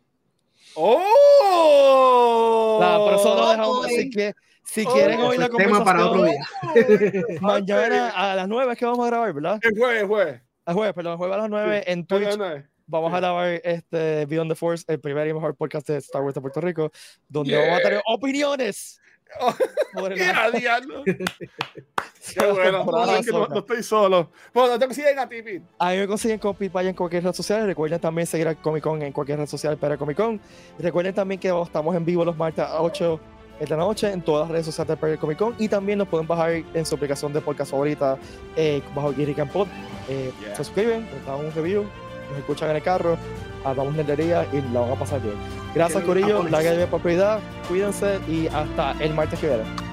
¡Oh! Nada, pero eso lo dejamos. Ay. Si, que- si Oh. quieren oír Eso la es tema para otro conversación, día. mañana a las 9 es que vamos a grabar, ¿verdad? El jueves, el jueves. El jueves, perdón, el jueves a las 9 en No, no, Twitch no. vamos a Sí. grabar este Beyond the Force, el primer y mejor podcast de Star Wars de Puerto Rico, donde vamos a tener opiniones. Oh, sobre ¡Qué la- diablo! Qué la bueno. temporada No, que no, Ahsoka. no estoy solo. Bueno, no te consiguen a ti, Pete. A mí me consiguen con Pitbull en cualquier red social. Recuerden también seguir a Comic Con en cualquier red social para Comic Con. Recuerden también que estamos en vivo los martes a 8 de la noche en todas las redes sociales de Perry Comic Con y también nos pueden bajar en su aplicación de podcast favorita eh, bajo Geek and Pod. Eh, Yeah. Se suscriben, nos dan un review, nos escuchan en el carro, hablamos nerdería y la vamos a pasar bien. Gracias, Qué Corillo, japonés. la que propiedad, cuídense y hasta el martes que viene.